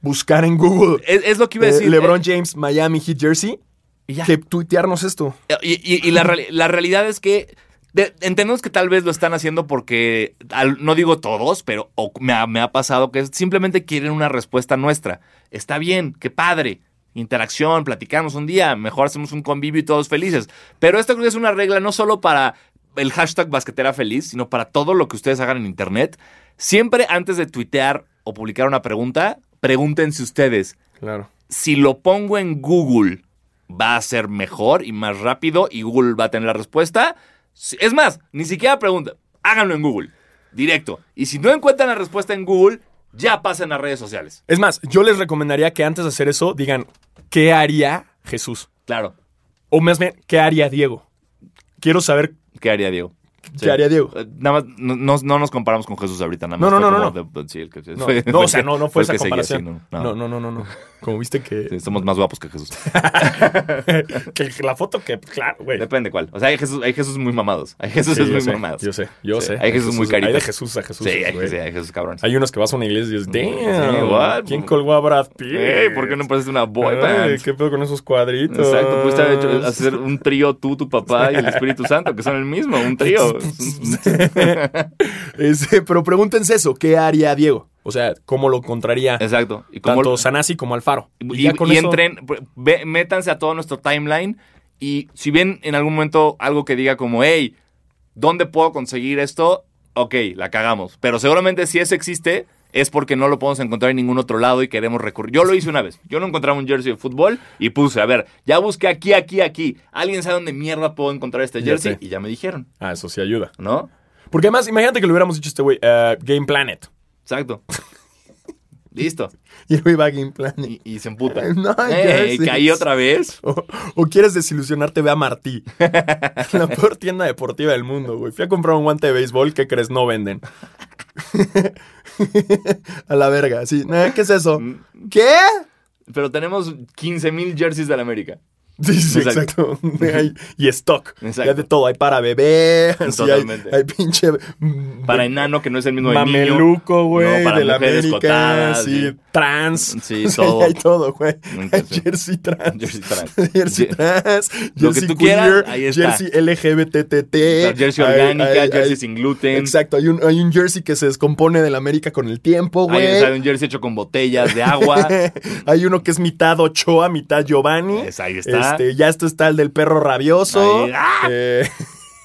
buscar en Google
Es, es lo que iba a
eh,
decir.
LeBron James Miami Heat Jersey
Y ya.
que tuitearnos esto.
Y, y- y la, reali- la realidad es que de- entendemos que tal vez lo están haciendo porque, al- no digo todos, pero o- me, ha, me ha pasado que simplemente quieren una respuesta nuestra. Está bien, qué padre. Interacción, platicamos un día, mejor hacemos un convivio y todos felices. Pero esto creo que es una regla no solo para el hashtag basquetera feliz, sino para todo lo que ustedes hagan en internet. Siempre antes de tuitear o publicar una pregunta, pregúntense ustedes,
Claro.
si lo pongo en Google, va a ser mejor y más rápido y Google va a tener la respuesta. Si- Es más, ni siquiera pregunta. Háganlo en Google, directo. Y si no encuentran la respuesta en Google, ya pasen a redes sociales.
Es más, yo les recomendaría que antes de hacer eso digan, ¿qué haría Jesús?
Claro.
O más bien, ¿qué haría Diego? Quiero saber
¿Qué haría Diego?
qué haría Diego.
Eh, Nada más, no, no- no nos comparamos con Jesús ahorita, nada
No,
más.
no,
fue
no, no,
como de- pues, sí, el que-
No,
fue-
no, o sea, no, no
el
fue esa
que seguía
comparación.
así, no,
no,
no.
no, no, no, no. Como viste que,
Sí, somos más guapos que Jesús.
que la foto que, claro, güey.
Depende cuál. O sea, hay Jesús, hay Jesús muy mamados. Hay Jesús
Sí, yo
muy
sé,
mamados.
Yo sé, yo
Sí,
sé.
hay Jesús muy
Hay de
caritas.
Jesús a Jesús.
Sí, hay,
güey.
sí, hay Jesús cabrones.
Hay unos que vas a una iglesia y dices,
pues, Sí,
damn,
what?
¿quién colgó a Brad Pitt?
Ey, ¿por qué no pareces una boy
Ay,
band?
¿Qué pedo con esos cuadritos?
Exacto, pudiste haber hecho- hacer un trío tú, tu papá y el Espíritu Santo, que son el mismo, un trío.
Este, pero pregúntense eso, ¿qué haría Diego? O sea, ¿cómo lo encontraría
Exacto. Y, como-
tanto Sanasi como Alfaro?
y-
ya con
y
eso-
entren, ve- métanse a todo nuestro timeline y si ven en algún momento algo que diga como, hey, ¿dónde puedo conseguir esto? Ok, la cagamos. Pero seguramente si eso existe es porque no lo podemos encontrar en ningún otro lado y queremos recurrir. Yo lo hice una vez. Yo no encontraba un jersey de fútbol y puse, a ver, ya busqué aquí, aquí, aquí. ¿Alguien sabe dónde mierda puedo encontrar este
Ya
jersey?
sé.
y ya me dijeron,
Ah, eso sí ayuda.
¿no?
Porque además, imagínate que le hubiéramos dicho a este güey, eh, Game Planet.
Exacto. Listo.
Y el güey va a Game Planet.
Y, y se emputa.
No,
Eh,
ya sé.
caí otra vez.
O, o quieres desilusionarte, ve a Martí. La peor tienda deportiva del mundo, güey. Fui a comprar un guante de béisbol, ¿qué crees? No venden. a la verga, sí. Nah, ¿Qué es eso?
Mm.
¿Qué?
Pero tenemos 15 mil jerseys de la América.
Sí, sí,
Exacto.
exacto. Hay- y stock.
Exacto.
Ya de todo. Hay para bebé. sí, hay,
Totalmente.
hay pinche. mm,
Para enano, que no es el mismo de niño.
Mameluco, güey,
No, para
de la
mujeres
América,
cotadas,
sí,
sí.
trans,
Sí,
O sea,
todo.
hay todo, güey.
Nunca
Hay
sé.
jersey trans,
Jersey trans.
jersey
Ye-
trans,
Lo que
jersey
tú
queer,
quieras, ahí está.
jersey LGBTTT,
Está Jersey
hay-
orgánica,
hay-
jersey
hay-
sin gluten.
Exacto, hay un, hay un jersey que se descompone de la América con el tiempo,
Hay sale
güey.
un jersey hecho con botellas de agua.
Hay uno que es mitad Ochoa, mitad Giovanni.
Es- ahí está.
Este, ya esto está el del perro rabioso.
Ahí, ¡ah!
Eh,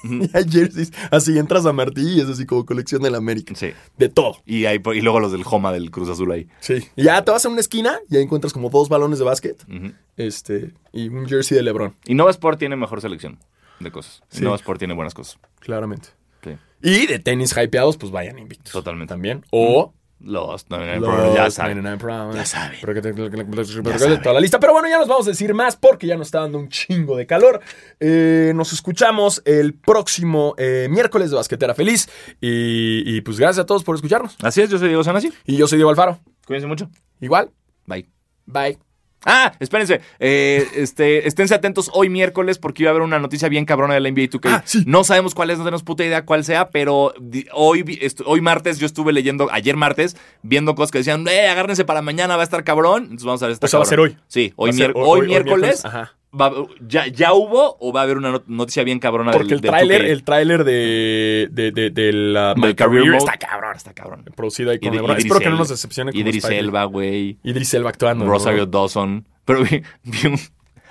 y hay jerseys. Así entras a Martí y es así como colección del América.
Sí.
De todo.
Y, ahí, y luego los del Joma del Cruz Azul ahí.
Sí. Y ya te vas a una esquina y ahí encuentras como dos balones de básquet.
Ujú.
Este. Y un jersey de Lebron,
Y Nova Sport tiene mejor selección de cosas.
Sí.
Nova Sport tiene buenas cosas.
claramente.
Sí.
Y de tenis hypeados, pues vayan invictos.
Totalmente.
También. O.
Los, no, no, no,
los
ya saben.
99 Problems.
Ya saben.
Porque te-
Ya saben.
Toda la lista. Pero bueno, ya nos vamos a decir más porque ya nos está dando un chingo de calor. Eh, nos escuchamos el próximo eh, miércoles de Basquetera Feliz. Y, y, pues gracias a todos por escucharnos.
Así es, yo soy Diego Sanasi.
Y yo soy Diego Alfaro.
Cuídense mucho.
Igual.
Bye.
Bye.
Ah, espérense. Eh, este, esténse atentos hoy miércoles porque iba a haber una noticia bien cabrona de la NBA 2K.
Ah, sí.
No sabemos cuál es, no tenemos puta idea cuál sea, pero di- hoy, vi- estu- hoy martes yo estuve leyendo, ayer martes, viendo cosas que decían, eh, agárrense para mañana, va a estar cabrón. Entonces vamos a ver si está
O sea, Pues, va a
cabrón.
ser hoy.
Sí, hoy,
Va a ser
mier-
hoy-
hoy
hoy- hoy miércoles,
miércoles.
ajá.
va- ya, ¿Ya hubo o va a haber una not- noticia bien cabrona del-
Porque el
del
tráiler,
2K?
el tráiler de, de, de, de la
Del
My
Career
Career
Mode.
está cabrón, está cabrón. Producida ahí
Y
con
de-
LeBron.
Idris
Espero que no
Elba.
nos decepcione como
Idris
Spider-Man.
Elba, güey.
Idris Elba actuando. ¿no?
Rosario Dawson. Pero vi, vi un,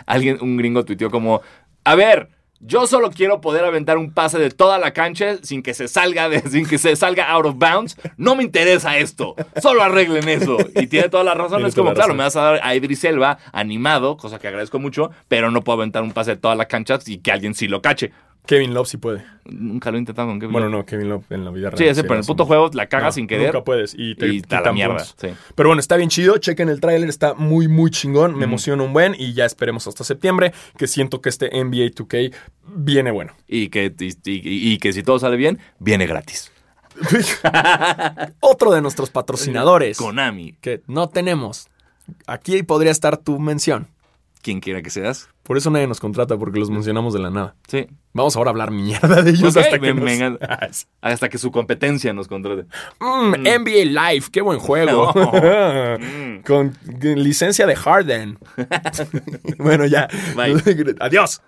alguien, un gringo tuiteó como, a ver, yo solo quiero poder aventar un pase de toda la cancha sin que se salga, de, sin que se salga out of bounds. No me interesa esto. Solo arreglen eso. Y tiene toda la razón.
Tiene
es como,
toda la
claro,
razón.
me vas a dar a Idris Elba animado, cosa que agradezco mucho, pero no puedo aventar un pase de toda la cancha y que alguien sí lo cache.
Kevin Love sí puede.
Nunca lo he intentado con Kevin
Bueno,
Love.
no, Kevin Love en la vida real.
Sí, ese, pero en el
es
puto
un-
juego la cagas
No,
sin querer.
Nunca puedes. Y te
y está la
quitan
mierda.
puntos.
sí.
Pero bueno, está bien chido. Chequen el tráiler, está muy, muy chingón. Me emociona un buen. Y ya esperemos hasta septiembre, que siento que este NBA 2K viene bueno.
Y que, y- y- y que si todo sale bien, viene gratis.
Otro de nuestros patrocinadores
Konami,
que no tenemos. Aquí podría estar tu mención.
quien quiera que seas.
Por eso nadie nos contrata, porque los mencionamos de la nada.
Sí.
Vamos ahora a hablar mierda de ellos
Ok, Ah,
hasta
me-
que nos- Ah,
me encanta. Hasta que su competencia nos contrate.
Mm, NBA Live, qué buen juego.
No.
Con licencia de Harden. bueno, ya.
Bye.
Adiós.